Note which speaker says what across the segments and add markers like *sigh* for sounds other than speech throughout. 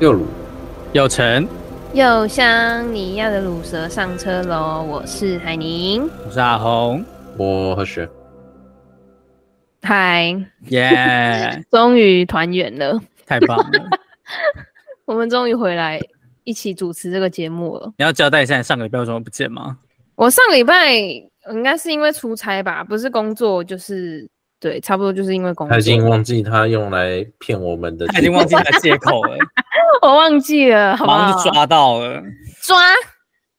Speaker 1: 又卤，
Speaker 2: 有成，
Speaker 3: 又香你要的卤蛇上车喽！我是海宁，
Speaker 2: 我是阿红，
Speaker 1: 我和雪，
Speaker 3: 嗨，
Speaker 2: 耶、
Speaker 3: *laughs* 终于团圆了，
Speaker 2: 太棒了！
Speaker 3: 我们终于回来一起主持这个节目了。
Speaker 2: 你要交代一下你上个礼拜为什么不见吗？
Speaker 3: 我上礼拜应该是因为出差吧，不是工作就是对，差不多就是因为工
Speaker 1: 他已经
Speaker 3: 作，哦
Speaker 1: 忘记他用来骗我们的，
Speaker 2: 他已经忘记他的借口了，
Speaker 3: 我忘记 *laughs* 了，好不
Speaker 2: 马上
Speaker 3: 好？
Speaker 2: 就抓到了。
Speaker 3: 抓，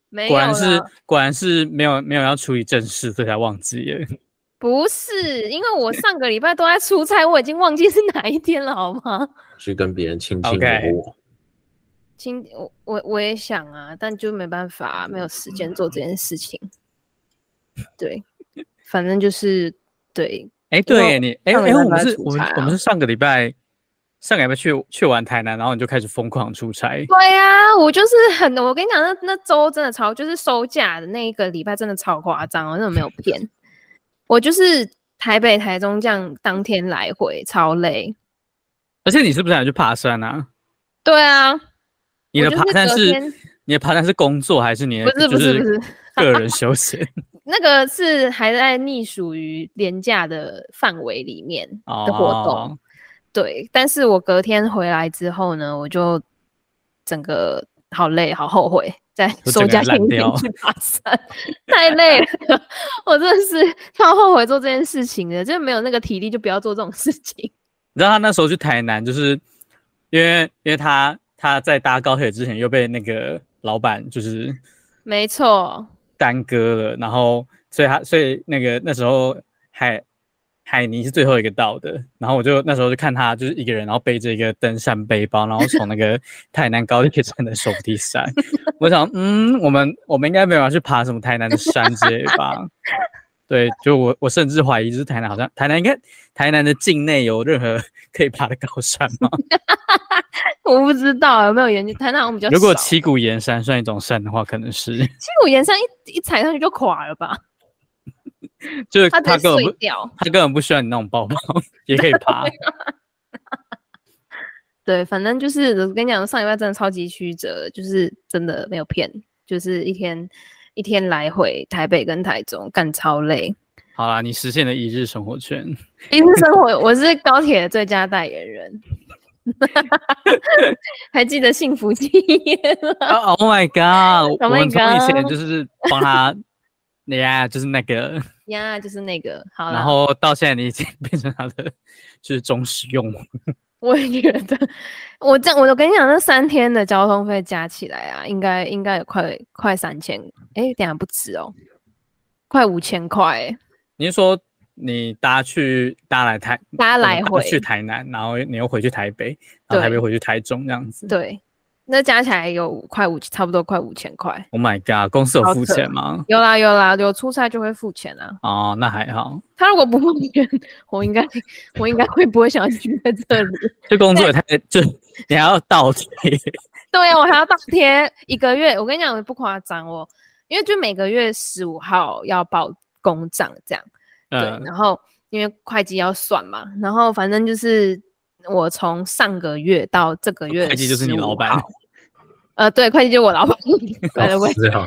Speaker 3: 没有
Speaker 2: 果然是
Speaker 3: 了
Speaker 2: 果然是没有没有要处理正事，所以才忘记了。
Speaker 3: 不是？因为我上个礼拜都在出差，我已经忘记是哪一天了，好吗？
Speaker 1: 去跟别人卿卿
Speaker 2: OK
Speaker 1: 我我。
Speaker 3: 今我我我也想啊，但就没办法啊、没有时间做这件事情。对，反正就是对，
Speaker 2: 哎、
Speaker 3: 因为
Speaker 2: 对耶你，哎、
Speaker 3: 上个
Speaker 2: 哎、
Speaker 3: 礼拜
Speaker 2: 我们
Speaker 3: 在
Speaker 2: 是
Speaker 3: 出
Speaker 2: 我们
Speaker 3: 差啊
Speaker 2: 我们是上个礼拜上个礼拜去去完台南，然后你就开始疯狂出差。
Speaker 3: 对啊，我就是很，我跟你讲，那那周真的超，就是收假的那一个礼拜真的超夸张哦，真的没有骗。我就是台北、台中这样当天来回，超累。
Speaker 2: 而且你是不是想去爬山啊？
Speaker 3: 对啊，
Speaker 2: 你的
Speaker 3: 我就
Speaker 2: 爬
Speaker 3: 是
Speaker 2: 山
Speaker 3: 隔
Speaker 2: 是
Speaker 3: 天
Speaker 2: 你的爬山是工作还是你的
Speaker 3: 不是
Speaker 2: 哎就
Speaker 3: 不是不是，
Speaker 2: 个人休闲？
Speaker 3: 那个是还在隶属于廉价的范围里面 *laughs* 的活动。
Speaker 2: 哦
Speaker 3: 对，但是我隔天回来之后呢，我就整个好累，好后悔，在
Speaker 2: 就
Speaker 3: 收
Speaker 2: 整个
Speaker 3: 假
Speaker 2: 人烂
Speaker 3: 前一天
Speaker 2: 掉
Speaker 3: 去爬山， *laughs* 太累了，我真的是超后悔做这件事情的，就没有那个体力就不要做这种事情。 *laughs*
Speaker 2: 你知道他那时候去台南，就是因为因为他他在搭高铁之前又被那个老板就是
Speaker 3: 没错，
Speaker 2: 耽搁了，然后所以他所以那个那时候海海尼是最后一个到的，然后我就那时候就看他就是一个人，然后背着一个登山背包，然后从那
Speaker 3: *laughs*
Speaker 2: 个台南高铁站的手扶梯山，我想嗯，我们我们应该没有要去爬什么台南的山之类
Speaker 3: *laughs*
Speaker 2: 吧。对，就我我甚至怀疑，就是台南好像台南应该台南的境内有任何 *laughs* 可以爬的高山吗？
Speaker 3: 我不知道有没有研究，台南好像比较
Speaker 2: 如果
Speaker 3: 少
Speaker 2: 七谷岩山算一种山的话，可能
Speaker 3: *laughs*
Speaker 2: 是
Speaker 3: 七股岩山一一踩上去就垮了吧，
Speaker 2: 就是
Speaker 3: 它
Speaker 2: 他
Speaker 3: 直接
Speaker 2: 根本
Speaker 3: 碎
Speaker 2: 不
Speaker 3: 掉。
Speaker 2: 他根本不需要你那种包包， *laughs* 也可以
Speaker 3: *laughs*
Speaker 2: 爬。
Speaker 3: 对，反正就是我跟你讲，上礼拜真的超级曲折，就是真的没有骗，就是一天一天来回台北跟台中，干超累。
Speaker 2: 好啦，你实现了一日生活
Speaker 3: *laughs*
Speaker 2: 圈，
Speaker 3: 一日生活，我是高铁的最佳代言人。 *laughs* 还记得幸福纪念吗？
Speaker 2: 啊 oh my god！我
Speaker 3: Oh my
Speaker 2: 们从以前
Speaker 3: god
Speaker 2: 就是帮
Speaker 3: *laughs*
Speaker 2: 他呀，就是那个，
Speaker 3: 呀就是那个好啦
Speaker 2: 然后到现在你已经变成他的就是忠实用户。
Speaker 3: 我也觉得，我这样，我跟你讲，那三天的交通费加起来啊，应该应该有快快三千，哎，等一下不止哦，快五千块欸，
Speaker 2: 你是说你搭去搭来台，
Speaker 3: 大
Speaker 2: 搭
Speaker 3: 家来回
Speaker 2: 去台南，然后你又回去台北，然后台
Speaker 3: 对
Speaker 2: 北回去台中这样子。
Speaker 3: 对，那加起来有快五，差不多快五千块。
Speaker 2: Oh my god！公司有
Speaker 3: 好
Speaker 2: 付
Speaker 3: 扯
Speaker 2: 钱吗？
Speaker 3: 有啦有啦，有出差就会付钱啊。
Speaker 2: 哦，那还好，
Speaker 3: 他如果不付钱，我应该 *laughs* 我应该会不会想要聚在这里？ *laughs*
Speaker 2: 这工作也太这，你还要倒贴。
Speaker 3: 对啊呀，我还要倒贴一个月。我跟你讲，不夸张哦，因为就每个月十五号要报公账这样。对，
Speaker 2: 嗯，
Speaker 3: 然后因为会计要算嘛，然后反正就是我从上个月到这个月，
Speaker 2: 哦会计就是你老板。
Speaker 3: 呃，对，会计就是我老板。
Speaker 2: *laughs*
Speaker 3: 对对对
Speaker 1: 哦，是这样。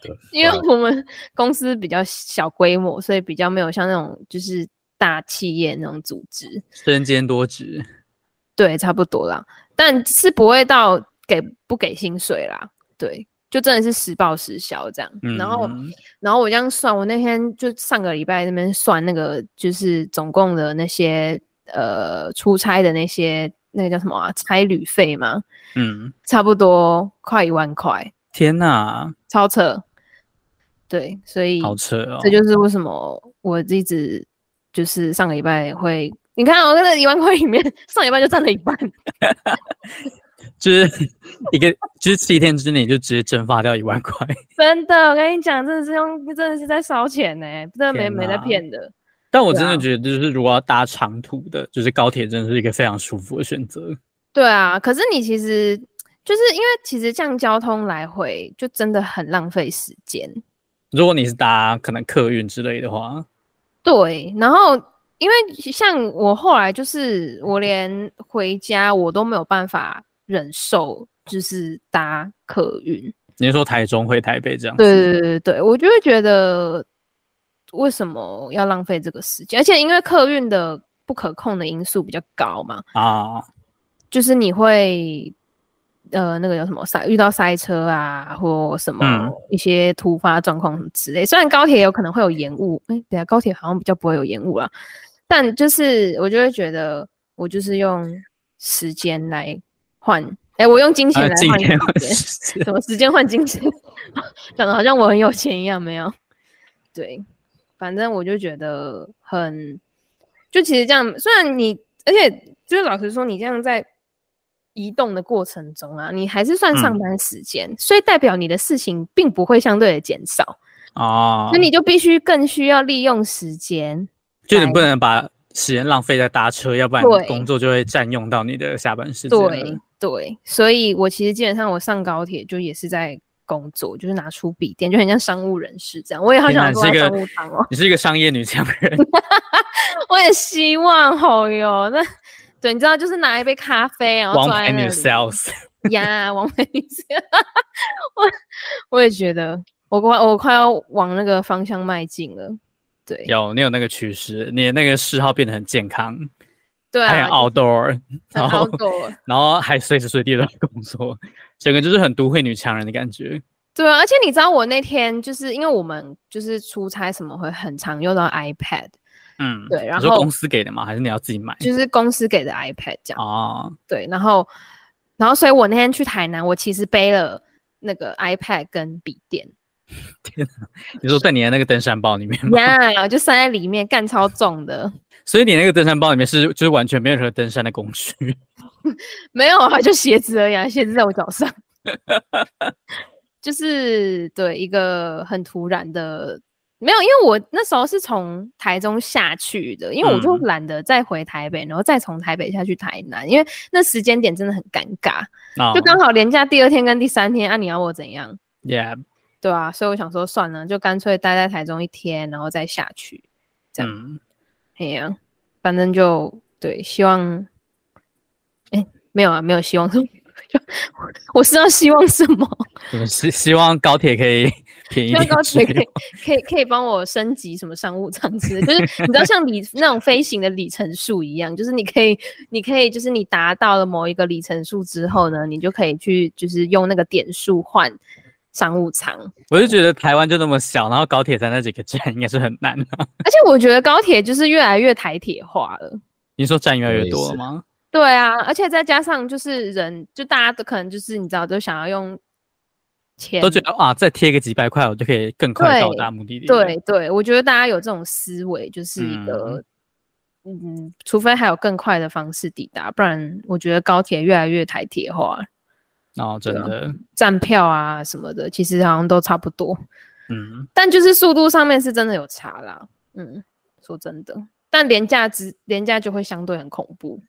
Speaker 1: 对
Speaker 3: 因为
Speaker 1: 哇
Speaker 3: 我们 *laughs* 公司比较小规模，所以比较没有像那种就是大企业那种组织，
Speaker 2: 身兼多职。
Speaker 3: 对，差不多啦。但是不会到给不给薪水啦，对，就真的是实报实销这样。
Speaker 2: 嗯，
Speaker 3: 然后，然后我这样算，我那天就上个礼拜那边算那个，就是总共的那些呃出差的那些那个叫什么啊，差旅费嘛，
Speaker 2: 嗯，
Speaker 3: 差不多快一万块，
Speaker 2: 天哪，
Speaker 3: 超扯。对，所以
Speaker 2: 好扯哦！
Speaker 3: 这就是为什么我一直就是上个礼拜会，你看我、哦、那一万块里面，上礼拜就占了一半，
Speaker 2: 就是 *laughs* 一个，就是七天之内就直接蒸发掉一万块，
Speaker 3: 真的，我跟你讲，真的是用，真的是在烧钱呢、真的没
Speaker 2: 天
Speaker 3: 没在
Speaker 2: 哪
Speaker 3: 骗的。
Speaker 2: 但我真
Speaker 3: 对
Speaker 2: 的
Speaker 3: 啊
Speaker 2: 觉得，就是如果要搭长途的，就是高铁，真的是一个非常舒服的选择。
Speaker 3: 对啊，可是你其实就是因为其实这样交通来回就真的很浪费时间，
Speaker 2: 如果你是搭可能客运之类的话，
Speaker 3: 对，然后。因为像我后来就是我连回家我都没有办法忍受，就是搭客运。
Speaker 2: 你是说台中回台北这样子？
Speaker 3: 对对对对对，我就会觉得为什么要浪费这个时间？而且因为客运的不可控的因素比较高嘛，
Speaker 2: 啊，
Speaker 3: 就是你会呃那个叫什么塞遇到塞车啊，或什么
Speaker 2: 嗯
Speaker 3: 一些突发状况什么之类。虽然高铁有可能会有延误，哎、等下高铁好像比较不会有延误啦，但就是我就会觉得我就是用时间来换，哎、我用金钱
Speaker 2: 啊
Speaker 3: 来
Speaker 2: 今
Speaker 3: 换
Speaker 2: 天
Speaker 3: 时间。 *laughs* 什么时间换金钱，讲的好像我很有钱一样，没有。对，反正我就觉得很，就其实这样，虽然你，而且就是老实说，你这样在移动的过程中啊，你还是算上
Speaker 2: 嗯
Speaker 3: 班时间，所以代表你的事情并不会相对的减少，
Speaker 2: 啊，
Speaker 3: *laughs* 那、你就必须更需要利用时间。
Speaker 2: 就你不能把时间浪费在搭车，要不然
Speaker 3: 对
Speaker 2: 你工作就会占用到你的下班时间了。
Speaker 3: 对对，所以我其实基本上我上高铁就也是在。工作就是拿出笔电，就很像商务人士这样。我也好
Speaker 2: 天哪
Speaker 3: 想
Speaker 2: 你
Speaker 3: 坐
Speaker 2: 是
Speaker 3: 在
Speaker 2: 一
Speaker 3: 商
Speaker 2: 个
Speaker 3: 务舱哦。
Speaker 2: 你是一个商业女强人，
Speaker 3: *laughs* 我也希望好哟。那对，你知道，就是拿一杯咖啡，然后
Speaker 2: 王
Speaker 3: 坐在
Speaker 2: 牌
Speaker 3: 那
Speaker 2: 女
Speaker 3: 里
Speaker 2: sales。
Speaker 3: 呀，王牌女 sales。我我也觉得，我快我快要往那个方向迈进了。对
Speaker 2: 有，你有那个趋势，你的那个嗜好变得很健康，
Speaker 3: 对
Speaker 2: 还
Speaker 3: 啊
Speaker 2: 很，outdoor，
Speaker 3: 很
Speaker 2: 然后
Speaker 3: outdoor
Speaker 2: *laughs* 然后还随时随地都在工作，整个就是很都会女强人的感觉。
Speaker 3: 对啊，而且你知道，我那天就是因为我们就是出差什么会很常用到 iPad，
Speaker 2: 嗯，
Speaker 3: 对然
Speaker 2: 你说
Speaker 3: 后
Speaker 2: 公司给的吗？还是你要自己买？
Speaker 3: 就是公司给的 iPad 这样。
Speaker 2: 啊，
Speaker 3: 对，然后然后所以我那天去台南，我其实背了那个 iPad 跟笔电。
Speaker 2: 你说在你的那个登山包里 *laughs* 面吗？
Speaker 3: 呀我就塞在里面，干超重的，
Speaker 2: 所以你那个登山包里面是就是完全没有任何登山的工具，
Speaker 3: 没有啊，就鞋子而已、啊，鞋子在我脚上，就是对一个很突然的，没有，因为我那时候是从台中下去的，因为我就
Speaker 2: 嗯
Speaker 3: 懒得再回台北，然后再从台北下去台南，因为那时间点真的很尴尬，
Speaker 2: 啊，
Speaker 3: 就刚好连假第二天跟第三天，啊，你要我怎样？
Speaker 2: yeah，
Speaker 3: 对啊，所以我想说算了，就干脆待在台中一天，然后再下去，这样
Speaker 2: 嗯，
Speaker 3: 哎呀，反正就对，希望，哎，没有啊，没有希望什么，就我是要希望什么？
Speaker 2: 我们希希望高铁可以便宜一
Speaker 3: 希望
Speaker 2: 点
Speaker 3: 高
Speaker 2: 之
Speaker 3: 铁可
Speaker 2: 类
Speaker 3: 以可以可以帮我升级什么商务舱之类，就是你知道像里那种飞行的里程数一样，就是你可以你可以就是你达到了某一个里程数之后呢，你就可以去就是用那个点数换商务舱。
Speaker 2: 我就觉得台湾就那么小，然后高铁才那几个站，应该是很难啊的。
Speaker 3: 而且我觉得高铁就是越来越台铁化了。
Speaker 2: 你说站越来
Speaker 1: 什么
Speaker 2: 越
Speaker 1: 意
Speaker 2: 多了
Speaker 1: 思
Speaker 2: 吗？
Speaker 3: 对啊，而且再加上就是人，就大家都可能就是你知道，都想要用钱
Speaker 2: 都。觉得啊，再贴个几百块，我就可以更快到达目的地。
Speaker 3: 对，对，我觉得大家有这种思维，就是一个嗯除非还有更快的方式抵达，不然我觉得高铁越来越台铁化，
Speaker 2: 哦，真
Speaker 3: 对啊
Speaker 2: 的，
Speaker 3: 站票啊什么的，其实好像都差不多，
Speaker 2: 嗯，
Speaker 3: 但就是速度上面是真的有差啦。嗯，说真的，但廉价值廉价就会相对很恐怖。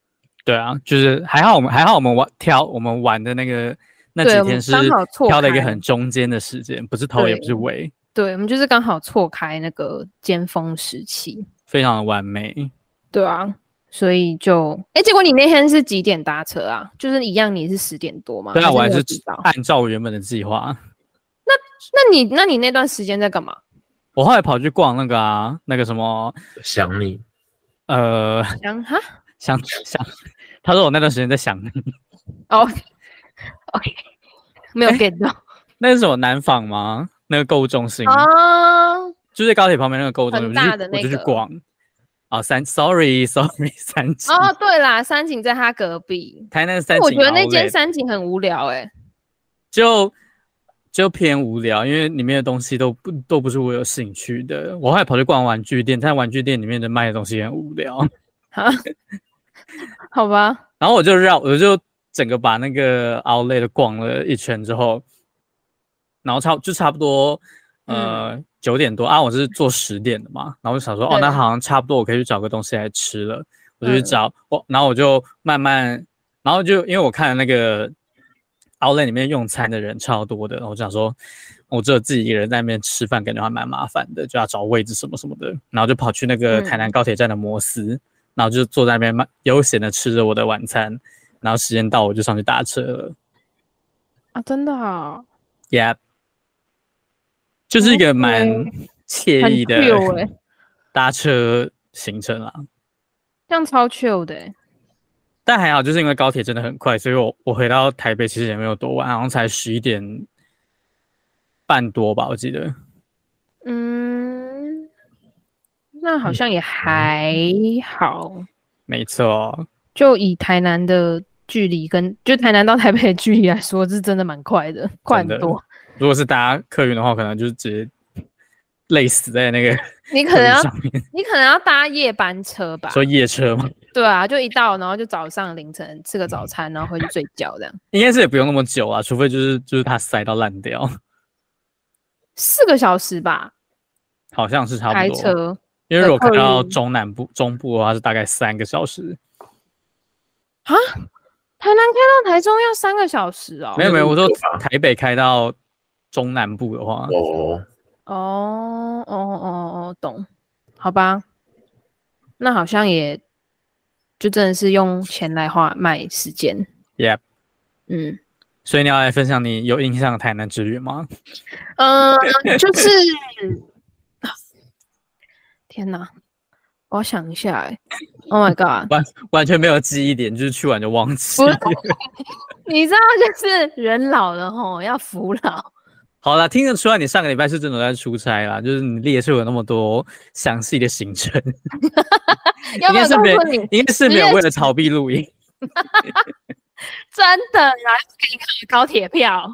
Speaker 2: 对啊，就是还好我们还好我们玩挑我们玩的那个那
Speaker 3: 对我
Speaker 2: 几
Speaker 3: 们
Speaker 2: 天是
Speaker 3: 刚好错
Speaker 2: 挑了一个
Speaker 3: 开
Speaker 2: 很中间的时间，不是头也
Speaker 3: 对
Speaker 2: 不是尾，
Speaker 3: 对，我们就是刚好错开那个尖峰时期。
Speaker 2: 非常的完美。
Speaker 3: 对啊，所以就哎、结果你那天是几点搭车啊？就是一样，你是十点多吗？
Speaker 2: 对啊，
Speaker 3: 还
Speaker 2: 我还
Speaker 3: 没有
Speaker 2: 是
Speaker 3: 提到
Speaker 2: 按照我原本的计划，
Speaker 3: 那你那你那段时间在干嘛？
Speaker 2: 我后来跑去逛那个啊，那个什么，
Speaker 1: 想你，
Speaker 2: 呃，
Speaker 3: 想哈
Speaker 2: 想想，他说我那段时间在想你， *laughs*
Speaker 3: 哦，OK，没有 get 到
Speaker 2: 那是什么南纺吗？那个购物中心
Speaker 3: 啊、
Speaker 2: 就在高铁旁边那个购物中
Speaker 3: 很
Speaker 2: 心，我就去
Speaker 3: 大的
Speaker 2: 我
Speaker 3: 那
Speaker 2: 就去
Speaker 3: 个
Speaker 2: 逛。啊、三，sorry sorry，三 *laughs* 井，
Speaker 3: 哦，对啦，三井在他隔壁。
Speaker 2: 台南三井
Speaker 3: 我觉得那
Speaker 2: Outlet
Speaker 3: 间三井很无聊哎、
Speaker 2: 就就偏无聊，因为里面的东西都不都不是我有兴趣的。我后来跑去逛玩具店，但玩具店里面的卖的东西也很无聊。
Speaker 3: 啊，好吧，
Speaker 2: 然后我就绕，我就整个把那个 Outlet 的逛了一圈之后，然后差就差不多呃九、点多啊，我是做十点的嘛，然后我就想说哦，
Speaker 3: 嗯对
Speaker 2: 那好像差不多，我可以去找个东西来吃了。我就去
Speaker 3: 嗯
Speaker 2: 找我，然后我就慢慢，然后就因为我看了那个 Outlet 里面用餐的人超多的，然后我就想说，我只有自己一个人在那边吃饭，感觉还蛮麻烦的，就要找位置什么什么的，然后就跑去那个
Speaker 3: 嗯
Speaker 2: 台南高铁站的摩斯，然后就坐在那边慢悠闲的吃着我的晚餐，然后时间到我就上去搭车了
Speaker 3: 啊，真的啊，
Speaker 2: ，Yep，就是一个蛮
Speaker 3: OK
Speaker 2: 惬
Speaker 3: 哦很
Speaker 2: 意的
Speaker 3: chill 欸
Speaker 2: *laughs* 搭车行程啦。
Speaker 3: 这样超 chill 的欸、
Speaker 2: 但还好，就是因为高铁真的很快，所以我我回到台北其实也没有多晚，好像才十一点半多吧，我记得。
Speaker 3: 嗯，那
Speaker 2: 嗯
Speaker 3: 好像也还好，
Speaker 2: 没错，
Speaker 3: 就以台南的距离跟就台南到台北的距离来说，是真的蛮快的，快
Speaker 2: 的
Speaker 3: 很多。
Speaker 2: 如果是搭客运的话，我可能就是直接累死在那个
Speaker 3: 你 *laughs* 可
Speaker 2: 客
Speaker 3: 能
Speaker 2: 运
Speaker 3: 要
Speaker 2: 上面，
Speaker 3: 你可能要搭夜班车吧？
Speaker 2: 说夜车嘛，
Speaker 3: 对啊，就一到然后就早上凌晨吃个
Speaker 2: 嗯
Speaker 3: 早餐，然后回去睡觉这样。
Speaker 2: 应该是也不用那么久啊，除非就是就是它塞到烂掉，
Speaker 3: 四个小时吧，
Speaker 2: 好像是差
Speaker 3: 开
Speaker 2: 不多。
Speaker 3: 车
Speaker 2: 因为如果
Speaker 3: 对
Speaker 2: 看到
Speaker 3: 客运
Speaker 2: 中南部中部的话，是大概三个小时。
Speaker 3: 台南开到台中要三个小时哦。
Speaker 2: 没有没有，我说
Speaker 1: 对吧
Speaker 2: 台北开到中南部的话，
Speaker 1: 哦，
Speaker 3: 哦哦哦哦，懂，好吧，那好像也就真的是用钱来花买时间。
Speaker 2: Yep
Speaker 3: 嗯
Speaker 2: 所以你要来分享你有印象的台南之旅吗？
Speaker 3: 嗯、呃就是天哪，我要想一下哎、o h my god，
Speaker 2: 完完全没有记忆点，就是 *laughs* 去完就忘记
Speaker 3: 不。是 *laughs* 你知道，就是人老了吼，要服老。
Speaker 2: *laughs* 好啦，听得出来你上个礼拜是真的在出差啦，就是你列出了那么多详细的行程， *laughs*
Speaker 3: 要
Speaker 2: 应
Speaker 3: 不
Speaker 2: 该
Speaker 3: 然
Speaker 2: 是
Speaker 3: 告
Speaker 2: 没
Speaker 3: 诉你，
Speaker 2: 应该是没有为了逃避录音。
Speaker 3: 真的，然后给你看我的高铁 *laughs* 票，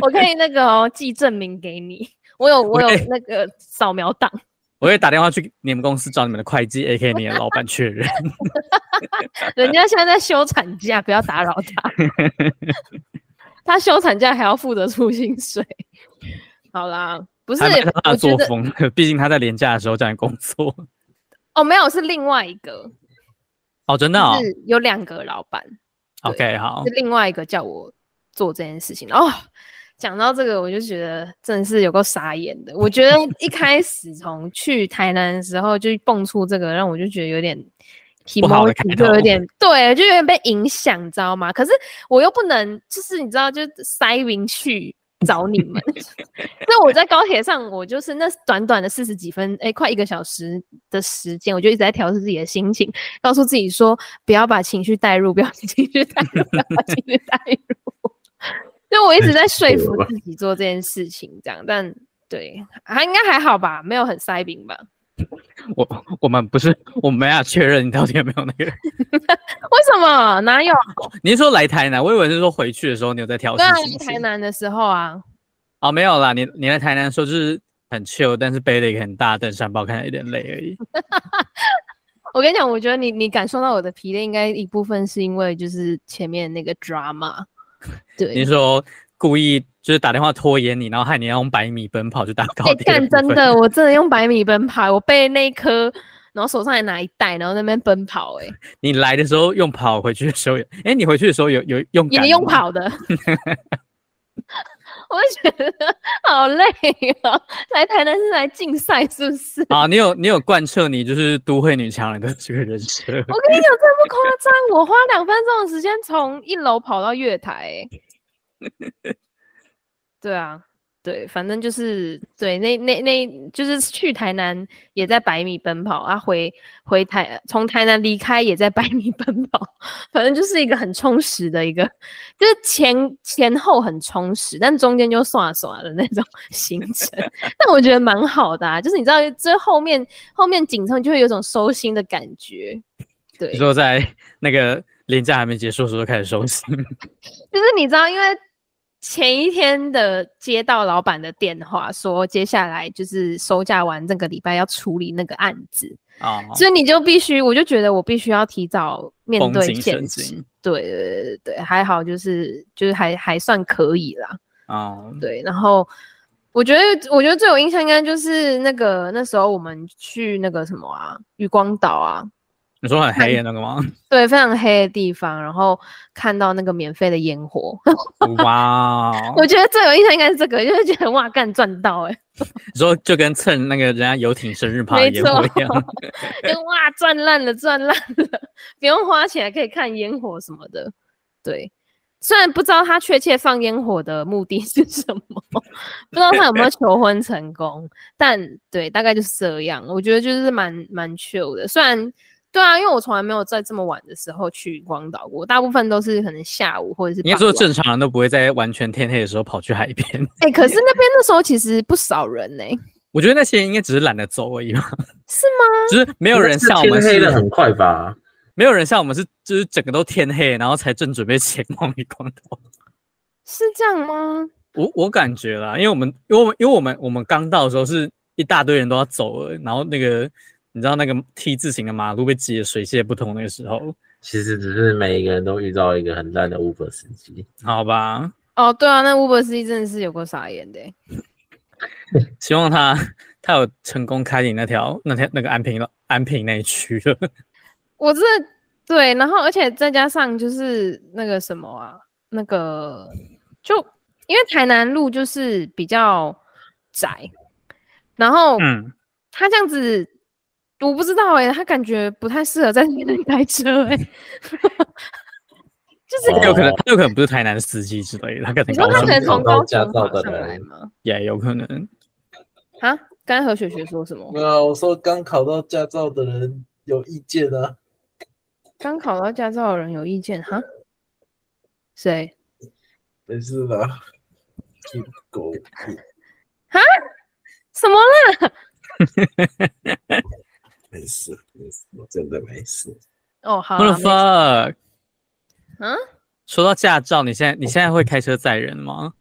Speaker 3: 我可以那个哦寄证明给你，我有我有
Speaker 2: 喂
Speaker 3: 那个扫描档，
Speaker 2: 我会打电话去你们公司找你们的会计，A.K. 你的老板确
Speaker 3: *laughs*
Speaker 2: 认。
Speaker 3: 人家现在在休产假，不要打扰 *laughs* 他，他休产假还要负责出薪水。好啦，不是
Speaker 2: 还蛮像，他
Speaker 3: 我
Speaker 2: 的
Speaker 3: 觉
Speaker 2: 作
Speaker 3: 得
Speaker 2: 风的，毕竟他在廉价的时候这样工作。 *laughs*
Speaker 3: 哦，没有是另外一个，
Speaker 2: 哦，真的哦
Speaker 3: 就是有两个老板，
Speaker 2: ，OK，好
Speaker 3: 是，另外一个叫我做这件事情哦。讲到这个，我就觉得真的是有够傻眼的。我觉得一开始从去台南的时候就蹦出这个，让我就觉得有点
Speaker 2: 不好的
Speaker 3: emoji
Speaker 2: 开
Speaker 3: 就
Speaker 2: 头
Speaker 3: 有点对，就有点被影响，你知道吗？可是我又不能，就是你知道，就塞进去找你
Speaker 2: *laughs*
Speaker 3: 们。所以我在高铁上，我就是那短短的四十几分，哎，快一个小时的时间，我就一直在调试自己的心情，告诉自己说不要把情绪带入，不要把情绪带入，不要把情绪带入。 *laughs* 就我一直在说服自己做这件事情，这样，但对，还应该还好吧，没有很塞饼吧？
Speaker 2: 我我们不是我们要确认你到底有没有那个。 *laughs*
Speaker 3: 为什么？哪有？
Speaker 2: 你是说来台南，我以为是说回去的时候你有在调试
Speaker 3: 对啊，
Speaker 2: 心
Speaker 3: 去
Speaker 2: 情
Speaker 3: 台南的时候啊，
Speaker 2: 哦，没有啦，你你来台南的时候就是很 chill，但是背了一个很大的登山包，看起来有点累而已。
Speaker 3: 我跟你讲，我觉得你你感受到我的疲累，应该一部分是因为就是前面那个 drama，对，
Speaker 2: 你说故意就是打电话拖延你，然后害你要用百米奔跑去打高
Speaker 3: 哎，
Speaker 2: 铁、
Speaker 3: 干真，的，我真的用百米奔跑，我背那一颗，然后手上还拿一袋，然后在那边奔跑、哎，
Speaker 2: 你来的时候用跑，回去的时候有，哎，你回去的时候有有用赶
Speaker 3: 也用
Speaker 2: 吗，
Speaker 3: 跑的， *laughs* 我就觉得好累哦。来台南是来竞赛是不是？
Speaker 2: 啊，你有你有贯彻你就是都会女强人的这个人设，
Speaker 3: 我跟你讲，这不夸张，我花两分钟的时间从一楼跑到月台、哎对啊，对，反正就是对，那那那就是去台南也在百米奔跑啊，回回台从台南离开也在百米奔跑，反正就是一个很充实的一个，就是前前后很充实，但中间就耍耍的那种行程。但我觉得蛮好的啊，就是你知道，这后面后面紧凑就会有种收心的感觉。对
Speaker 2: 你，说在那个廉价还没结束的时候就开始收
Speaker 3: *laughs*
Speaker 2: 心，
Speaker 3: 就是你知道，因为前一天的接到老板的电话，说接下来就是收假完这个礼拜要处理那个案子，
Speaker 2: 啊，
Speaker 3: 所以你就必须，我就觉得我必须要提早面
Speaker 2: 绷
Speaker 3: 对
Speaker 2: 紧
Speaker 3: 现
Speaker 2: 神
Speaker 3: 实。
Speaker 2: 经
Speaker 3: 对对对对对，还好就是就是还还算可以啦。
Speaker 2: 啊，
Speaker 3: 对，然后我觉得我觉得最有印象应该就是那个那时候我们去那个什么啊，渔光岛啊，
Speaker 2: 你说很黑的那个吗？
Speaker 3: 对，非常黑的地方，然后看到那个免费的烟火，
Speaker 2: 哇哦！
Speaker 3: 我觉得最有印象应该是这个，就是觉得哇，干赚到哎、
Speaker 2: 你说就跟蹭那个人家游艇生日趴的烟火一样，
Speaker 3: 欸， *laughs* 就哇赚烂了，赚烂了，不用花钱还可以看烟火什么的。对，虽然不知道他确切放烟火的目的是什么，不知道他有没有求婚成功，但对，大概就是这样。我觉得就是蛮蛮 chill 的，虽然。对啊，因为我从来没有在这么晚的时候去光岛过，大部分都是可能下午或者是
Speaker 2: 应该
Speaker 3: 傍
Speaker 2: 说
Speaker 3: 晚
Speaker 2: 正常人都不会在完全天黑的时候跑去海边。
Speaker 3: 哎、可是那边那时候其实不少人欸呢、
Speaker 2: 我觉得那些人应该只是懒得走而已吧，
Speaker 3: 是吗？
Speaker 2: *laughs* 就是没有人像我
Speaker 1: 天
Speaker 2: 们
Speaker 1: 黑的
Speaker 2: 是，
Speaker 1: 很快吧？
Speaker 2: 没有人像我们是，就是整个都天黑，然后才正准备前往一光头。
Speaker 3: 是这样吗？
Speaker 2: 我我感觉啦，因为我们因为我们因为我们我们刚到的时候是一大堆人都要走了，然后那个你知道那个 T 字形的马路被挤得水泄不通那个时候，
Speaker 1: 其实只是每一个人都遇到一个很烂的 Uber 司机，
Speaker 2: 好吧，
Speaker 3: 哦，对啊，那 Uber 司机真的是有够傻眼的欸、
Speaker 2: 希望他他有成功开领那条那条那个安平的安平那一区了。
Speaker 3: 我真的对，然后而且再加上就是那个什么啊，那个就因为台南路就是比较窄，然后
Speaker 2: 嗯，
Speaker 3: 他这样子。我不知道哎、他感觉不太适合在那边开车哎、 *laughs* 就是
Speaker 1: 哦
Speaker 2: 有可能有可能不是台南的司机之类的，他可
Speaker 3: 你
Speaker 2: 能
Speaker 3: 说
Speaker 2: 高
Speaker 3: 他
Speaker 1: 可
Speaker 3: 可
Speaker 2: 雄
Speaker 3: 能
Speaker 1: 能
Speaker 3: 从
Speaker 1: 找到驾
Speaker 3: 高雄
Speaker 1: 照
Speaker 3: 跑
Speaker 1: 的
Speaker 3: 上
Speaker 1: 人
Speaker 3: 来吗？
Speaker 2: 也有可能。
Speaker 3: 啊，刚才何雪雪说什么？
Speaker 1: 有，我说刚考到驾照的人有意见啊。
Speaker 3: 刚考到驾照的人有意见哈？谁？
Speaker 1: 没事啦，狗
Speaker 3: 什么啦？
Speaker 1: 没事没事，我真的没事。
Speaker 3: 哦，好
Speaker 2: What
Speaker 3: 啦
Speaker 2: the fuck？
Speaker 3: 嗯，
Speaker 2: 说到驾照，你现在你现在会开车载人吗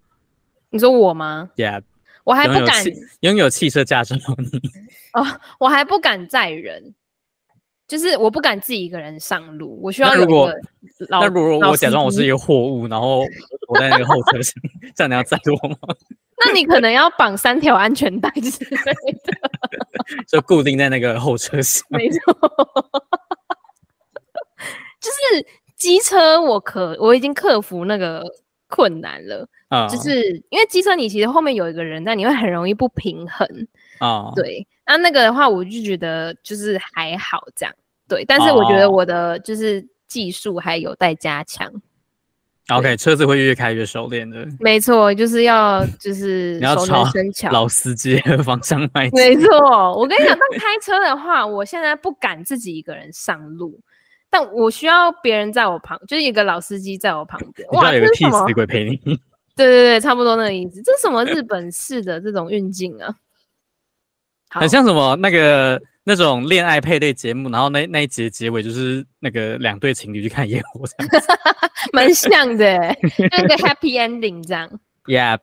Speaker 3: 你说我吗？
Speaker 2: ？Yeah，
Speaker 3: 我还
Speaker 2: 拥
Speaker 3: 不
Speaker 2: 有
Speaker 3: 敢
Speaker 2: 汽拥有汽车驾照 *laughs* 的你，
Speaker 3: 哦，我还不敢载人，就是我不敢自己一个人上路，我需要
Speaker 2: 那如
Speaker 3: 有一
Speaker 2: 果
Speaker 3: 个老
Speaker 2: 那如果
Speaker 3: 老
Speaker 2: 我假
Speaker 3: 司
Speaker 2: 装我是
Speaker 3: 机
Speaker 2: 一个货物，然后我在那个后车厢，这样你要载我吗？ *laughs*
Speaker 3: 那你可能要绑三条安全带之类的，
Speaker 2: 就固定在那个后车厢。
Speaker 3: 没错，就是机车我可我已经克服那个困难了，
Speaker 2: 啊，
Speaker 3: 就是因为机车你其实后面有一个人，但你会很容易不平衡，
Speaker 2: 啊，
Speaker 3: 对，那那个的话，我就觉得就是还好这样，对。但是我觉得
Speaker 2: 哦
Speaker 3: 我的就是技术还有待加强，
Speaker 2: ，OK，车子会越开越熟练的。
Speaker 3: 没错，就
Speaker 2: *laughs*
Speaker 3: 是要就是
Speaker 2: 你要
Speaker 3: 熟
Speaker 2: 朝
Speaker 3: 能生巧。
Speaker 2: 老司机的方向迈进。
Speaker 3: 没错，我跟你讲，当开车的话，我现在不敢自己一个人上路，但我需要别人在我旁，就是一个老司机在我旁
Speaker 2: *laughs*
Speaker 3: 边。
Speaker 2: 你知
Speaker 3: 哇，
Speaker 2: 道有个
Speaker 3: 这是
Speaker 2: 替
Speaker 3: 什么
Speaker 2: 死？鬼陪你，
Speaker 3: 对对对，差不多那个意思。这是什么日本式的这种运镜啊？好
Speaker 2: 很像什么那个那种恋爱配对节目，然后那那一节结尾就是那个两对情侣去看烟火这样子。
Speaker 3: 蛮像的
Speaker 2: *laughs*
Speaker 3: 欸，就一个 happy ending 这样。 *laughs*
Speaker 2: yeah，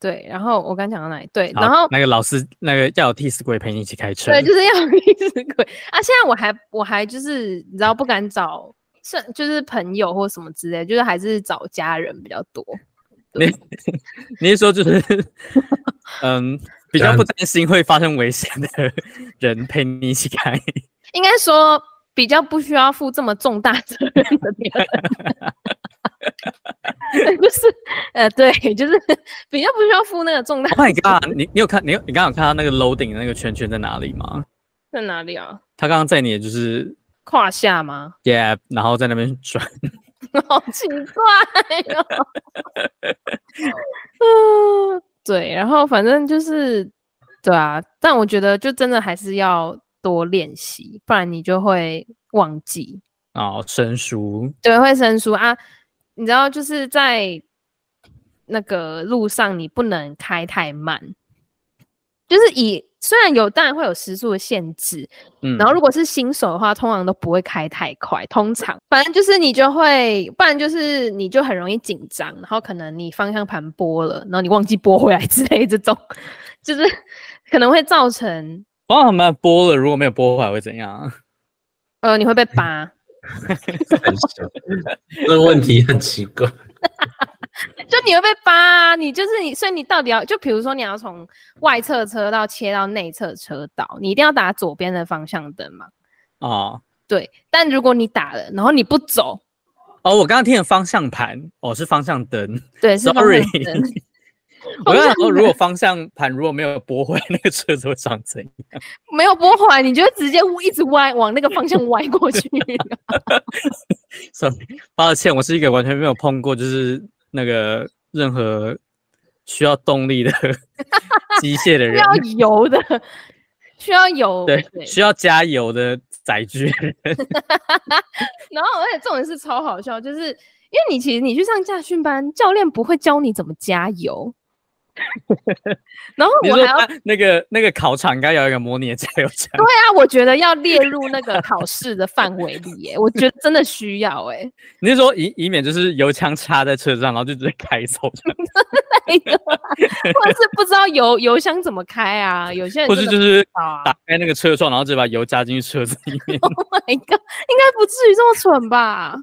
Speaker 3: 对，然后我刚讲到哪里？对，
Speaker 2: 好
Speaker 3: 然后
Speaker 2: 那个老师那个要有替死鬼陪你一起开车。
Speaker 3: 对，就是 *laughs* 要逼死鬼啊！现在我还我还就是你知道不敢找，是就是朋友或什么之类，就是还是找家人比较多。
Speaker 2: 你是说就是
Speaker 3: *laughs*
Speaker 2: 嗯，比较不担心会发生危险的人陪你一起开。
Speaker 3: 应该说比较不需要负这么重大 *laughs* 责任的人， *laughs* 就是呃，对，就是 *laughs* 比较不需要负那个重大 *laughs*
Speaker 2: Oh my god！你你有看你有你刚刚有看到那个 loading 的那个圈圈在哪里吗？
Speaker 3: 在哪里啊？
Speaker 2: 他刚刚在你的就是
Speaker 3: 胯下吗？
Speaker 2: yeah，然后在那边转。
Speaker 3: *laughs* 好奇怪哦。 *laughs* 嗯，对，然后反正就是，对啊，但我觉得就真的还是要多练习，不然你就会忘记，
Speaker 2: 哦，生疏，
Speaker 3: 对，会生疏啊。你知道，就是在那个路上，你不能开太慢，就是以虽然有当然会有时速的限制，
Speaker 2: 嗯，
Speaker 3: 然后如果是新手的话，通常都不会开太快，通常反正就是你就会，不然就是你就很容易紧张，然后可能你方向盘拨了，然后你忘记拨回来 *laughs* 之类这种，就是 *laughs* 可能会造成
Speaker 2: 帮他们播了，如果没有播回来会怎样？
Speaker 3: 呃你会被扒，
Speaker 1: 很小 *laughs* 这个问题很奇怪。啊
Speaker 3: 就你会被扒、啊，你就是你，所以你到底要就比如说你要从外侧车道切到内侧车道，你一定要打左边的方向灯嘛。
Speaker 2: 哦
Speaker 3: 对，但如果你打了，然后你不走，
Speaker 2: 哦，我刚刚听的方向盘，哦是方向灯。
Speaker 3: 对，是方
Speaker 2: Sorry
Speaker 3: 向灯
Speaker 2: 我刚
Speaker 3: 方
Speaker 2: 想
Speaker 3: 向
Speaker 2: 说，如果方向盘如果没有拨回， *laughs* 那个车子会长怎样？
Speaker 3: 没有拨回来，你就会直接一直歪往那个方向歪
Speaker 2: *laughs*
Speaker 3: 过去。
Speaker 2: Sorry，抱歉，我是一个完全没有碰过，就是那个任何需要动
Speaker 3: *laughs*
Speaker 2: 力的机械的
Speaker 3: 需
Speaker 2: 人，
Speaker 3: 要油的，需要油。
Speaker 2: 对，需要加油的载
Speaker 3: *laughs*
Speaker 2: 具。
Speaker 3: 然后而且重点是超好笑，就是因为你其实你去上驾训班，教练不会教你怎么加
Speaker 2: *laughs*
Speaker 3: 油，然后
Speaker 2: 你
Speaker 3: 我
Speaker 2: 说
Speaker 3: 还要
Speaker 2: 他那个那个考场应该有一个模拟的加油站，
Speaker 3: 对啊，我觉得要列入那个考试的范围里
Speaker 2: *laughs*
Speaker 3: 耶，我觉得真的需要哎、
Speaker 2: 你是说以以免就是油枪插在车上，然后就直接开走这样，
Speaker 3: 那个啊 *laughs* 或者是不知道油油箱怎么开啊，有些人
Speaker 2: 或是
Speaker 3: 真的
Speaker 2: 就是
Speaker 3: 不知道啊 *laughs*
Speaker 2: 打开那个车窗，然后直接把油加进去车子里面。
Speaker 3: ，Oh my god，应该不至于这么蠢吧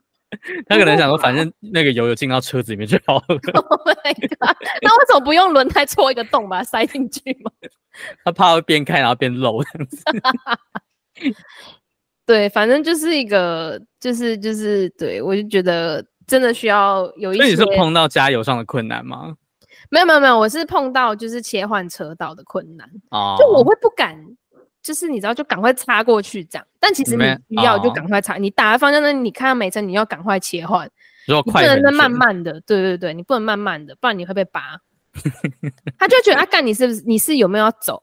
Speaker 2: 他可能想说，反正那个油有进到车子里面就好了。 *laughs*
Speaker 3: ？Oh my god，那为什么不用轮胎戳一个洞把它塞进去吗？ *laughs*
Speaker 2: 他怕会边开然后边漏。
Speaker 3: 对，反正就是一个，就是就是，对我就觉得真的需要有一
Speaker 2: 所以
Speaker 3: 些
Speaker 2: 你是，碰到加油上的困难吗？
Speaker 3: 没有没有没有，我是碰到就是切换车道的困难，
Speaker 2: 哦，
Speaker 3: 就我会不敢，就是你知道，就赶快插过去这样。但其
Speaker 2: 你
Speaker 3: 实
Speaker 2: 们
Speaker 3: 你需要就
Speaker 2: 哦
Speaker 3: 赶快插，你打在方向灯，你看到没车，你要赶快切换，
Speaker 2: 你说
Speaker 3: 你不
Speaker 2: 快
Speaker 3: 能
Speaker 2: 人
Speaker 3: 再
Speaker 2: 旋
Speaker 3: 慢慢的，对对对，你不能慢慢的，不然你会被拔。 *laughs* 他就会觉得啊，干你是不是你是有没有要走？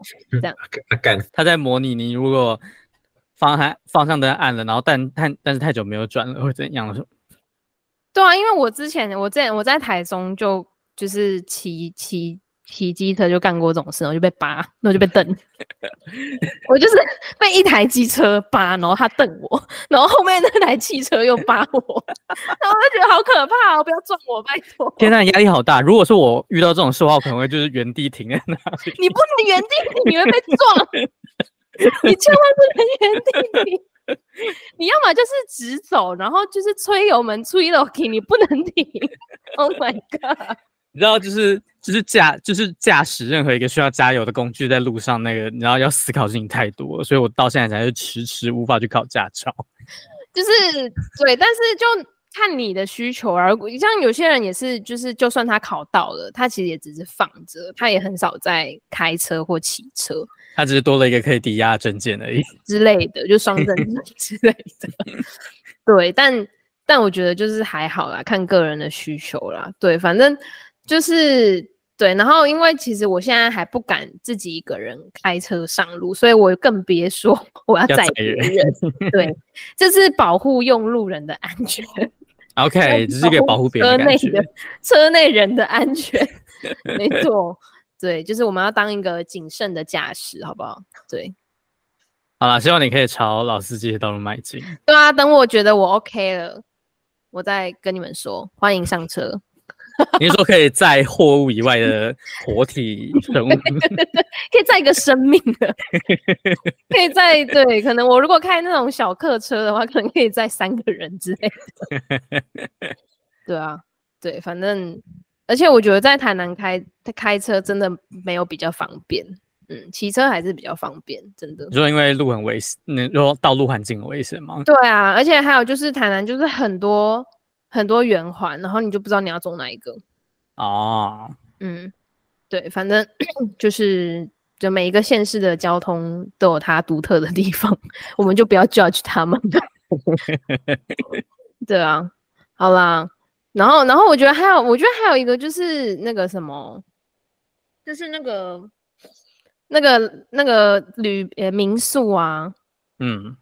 Speaker 1: 啊干，
Speaker 2: 他在模拟你如果方向方向灯按了，然后但但但是太久没有转了会怎样？
Speaker 3: 对啊，因为我之前我之前我在台中就就是骑骑骑机车就干过这种事，我就被扒，那我就被瞪，我就是被一台机车扒，然后他瞪我，然后后面那台汽车又扒我，然后我就觉得好可怕哦，不要撞我，拜托！
Speaker 2: 天呐，压力好大！如果是我遇到这种事的话，我可能会就是原地停在那 *laughs* 里。
Speaker 3: 你不能原地停，你会被撞，你千万不能原地停。你要么就是直走，然后就是吹油门吹 l o k 你不能停。Oh *laughs* my god！
Speaker 2: 你知道，就是就是驾就是驾驶任何一个需要加油的工具在路上，那个你知道要思考的事情太多了，所以我到现在才是迟迟无法去考驾照。
Speaker 3: 就是对，但是就看你的需求啊。如果像有些人也是，就是就算他考到了，他其实也只是放着，他也很少在开车或骑车
Speaker 2: 它只是多了一个可以抵押的证件而已。
Speaker 3: 之类的，就双证 *laughs* 之类的。对，但但我觉得就是还好啦，看个人的需求啦。对，反正就是。对，然后因为其实我现在还不敢自己一个人开车上路，所以我更别说 *laughs* 我要
Speaker 2: 要
Speaker 3: 载
Speaker 2: 载
Speaker 3: 别
Speaker 2: 人
Speaker 3: 人。对，这是保护用路人的安全。
Speaker 2: *laughs* OK，只是哎给保护别
Speaker 3: 车
Speaker 2: 人的感
Speaker 3: 内
Speaker 2: 觉 *laughs*
Speaker 3: 的。车内人的安全， *laughs* 没错，对，就是我们要当一个谨慎的驾驶，好不好？对，
Speaker 2: 好了，希望你可以朝老司机的道路迈进。
Speaker 3: 对啊，等我觉得我 OK 了，我再跟你们说，欢迎上车。
Speaker 2: 你是说可以在货物以外的活体生物？
Speaker 3: 可以载一个生命的， *laughs* 可以载对，可能我如果开那种小客车的话，可能可以载三个人之类的。 *laughs* 对啊，对，反正而且我觉得在台南开开车真的没有比较方便，嗯，骑车还是比较方便，真的
Speaker 2: *laughs* 你。说因为路很危险，你说道路环境很危险吗？
Speaker 3: 对啊，而且还有就是台南就是很多很多圆环，然后你就不知道你要走哪一个。
Speaker 2: 哦，
Speaker 3: 嗯，对，反正 *coughs* 就是就每一个县市的交通都有它独特的地方， *laughs* 我们就不要 judge 他们。
Speaker 2: *laughs*
Speaker 3: 对啊，好啦，然后然后我觉得还有，我觉得还有一个就是那个什么，就是那个那个那个旅呃民宿啊，
Speaker 2: 嗯，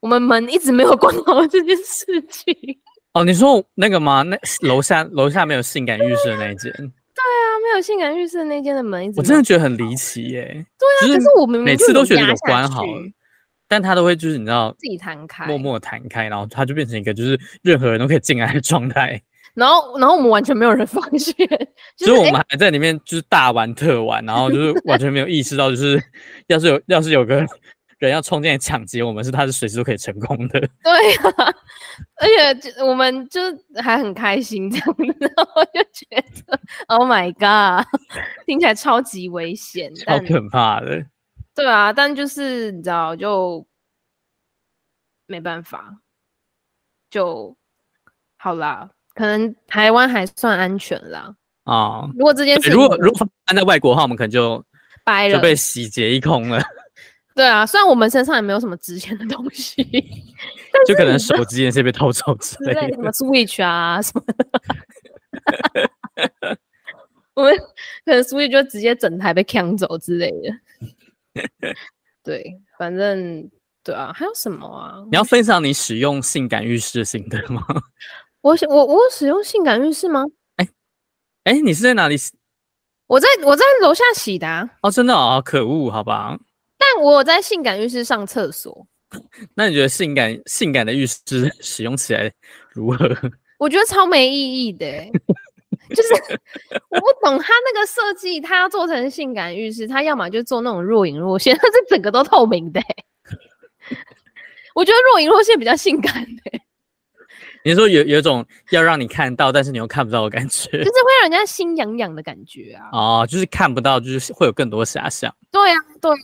Speaker 3: 我们门一直没有关好这件事情。 *laughs* 对
Speaker 2: 哦，你说那个吗？那楼下楼下没有性感浴室的那一间，
Speaker 3: 啊，没有性感浴室的那间的门一直
Speaker 2: 我
Speaker 3: 没
Speaker 2: 真
Speaker 3: 有
Speaker 2: 的觉得很离奇耶、
Speaker 3: 对啊，
Speaker 2: 就
Speaker 3: 可
Speaker 2: 是
Speaker 3: 是我明明
Speaker 2: 每
Speaker 3: 就
Speaker 2: 次
Speaker 3: 有
Speaker 2: 都觉得
Speaker 3: 压
Speaker 2: 有
Speaker 3: 下
Speaker 2: 关好
Speaker 3: 去
Speaker 2: 了，但他都会就是你知道
Speaker 3: 自己弹开，
Speaker 2: 默默地弹开，然后它就变成一个就是任何人都可以进来的状态，
Speaker 3: 然后，然后我们完全没有人 *laughs* 发现，就
Speaker 2: 所以
Speaker 3: 是哎
Speaker 2: 我
Speaker 3: 诶
Speaker 2: 们还在里面就是大玩特玩，然后就是 *laughs* 完全没有意识到，就是要是有要是有个人要冲进来抢劫我们，是他是随时都可以成功的。
Speaker 3: 对啊，而且就我们就是还很开心这样，然后我就觉得，Oh my god，听起 *laughs* 来超级危险，
Speaker 2: 超
Speaker 3: 但
Speaker 2: 可怕的。
Speaker 3: 对啊，但就是你知道，就没办法，就好啦。可能台湾还算安全啦。
Speaker 2: 啊。
Speaker 3: 如果这件
Speaker 2: 对
Speaker 3: 事
Speaker 2: 如果
Speaker 3: 情
Speaker 2: 如果搬在外国的话，我们可能就
Speaker 3: 掰
Speaker 2: 就
Speaker 3: 了，
Speaker 2: 被洗劫一空了，
Speaker 3: 对啊，虽然我们身上也没有什么值钱的东西
Speaker 2: 就可能手机也是被偷走之 *laughs*
Speaker 3: 之
Speaker 2: 类
Speaker 3: 类的，
Speaker 2: 的
Speaker 3: 什。么 Switch 啊什么的，我们可能 Switch 就直接整台被抢走之类的。对，反正对啊，还有什么啊？
Speaker 2: 你要分享你使用性感浴室的心得吗？
Speaker 3: 我使我我有使用性感浴室吗？
Speaker 2: 哎、你是在哪里洗？
Speaker 3: 我在我在楼下洗的、啊，
Speaker 2: 哦，真的哦，可恶，好吧。
Speaker 3: 但我有在性感浴室上厕所。
Speaker 2: 那你觉得性感性感的浴室使用起来如何？
Speaker 3: 我觉得超没意义的欸、就是我不懂他那个设计，他要做成性感浴室，他要么就做那种若隐若现， *laughs* 他这整个都透明的欸、我觉得若隐若现比较性感、欸，
Speaker 2: 你说有有一种要让你看到，但是你又看不到的感觉
Speaker 3: 就是会让人家心痒痒的感觉啊。
Speaker 2: 哦，就是看不到，就是会有更多遐想，
Speaker 3: 对啊，对啊，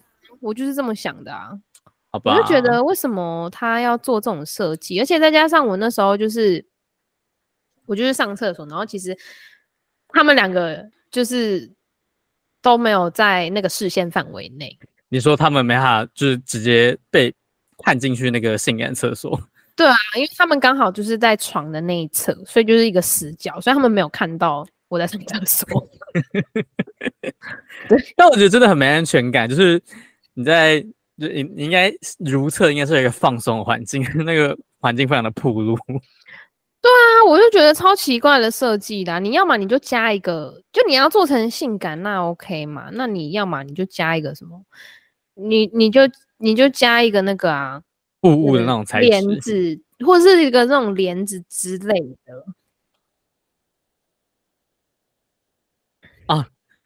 Speaker 3: 我就是这么想的啊。
Speaker 2: 好吧？
Speaker 3: 我就觉得为什么他要做这种设计，而且再加上我那时候就是，我就是上厕所，然后其实他们两个就是都没有在那个视线范围内。
Speaker 2: 你说他们没法，就是直接被看进去那个性感厕所，
Speaker 3: 对啊，因为他们刚好就是在床的那一侧，所以就是一个死角，所以他们没有看到我在上厕所。 *laughs*
Speaker 2: 但我觉得真的很没安全感，就是你在就你你应该如厕应该是有一个放松的环境， *laughs* 那个环境非常的暴露。
Speaker 3: 那我就觉得超奇怪的设计啦！你要么你就加一个，就你要做成性感，那 OK 嘛？那你要么你就加一个什么？你你就你就加一个那个啊，
Speaker 2: 布物的那种材
Speaker 3: 帘
Speaker 2: 质，
Speaker 3: 子，或者是一个那种帘子之类的。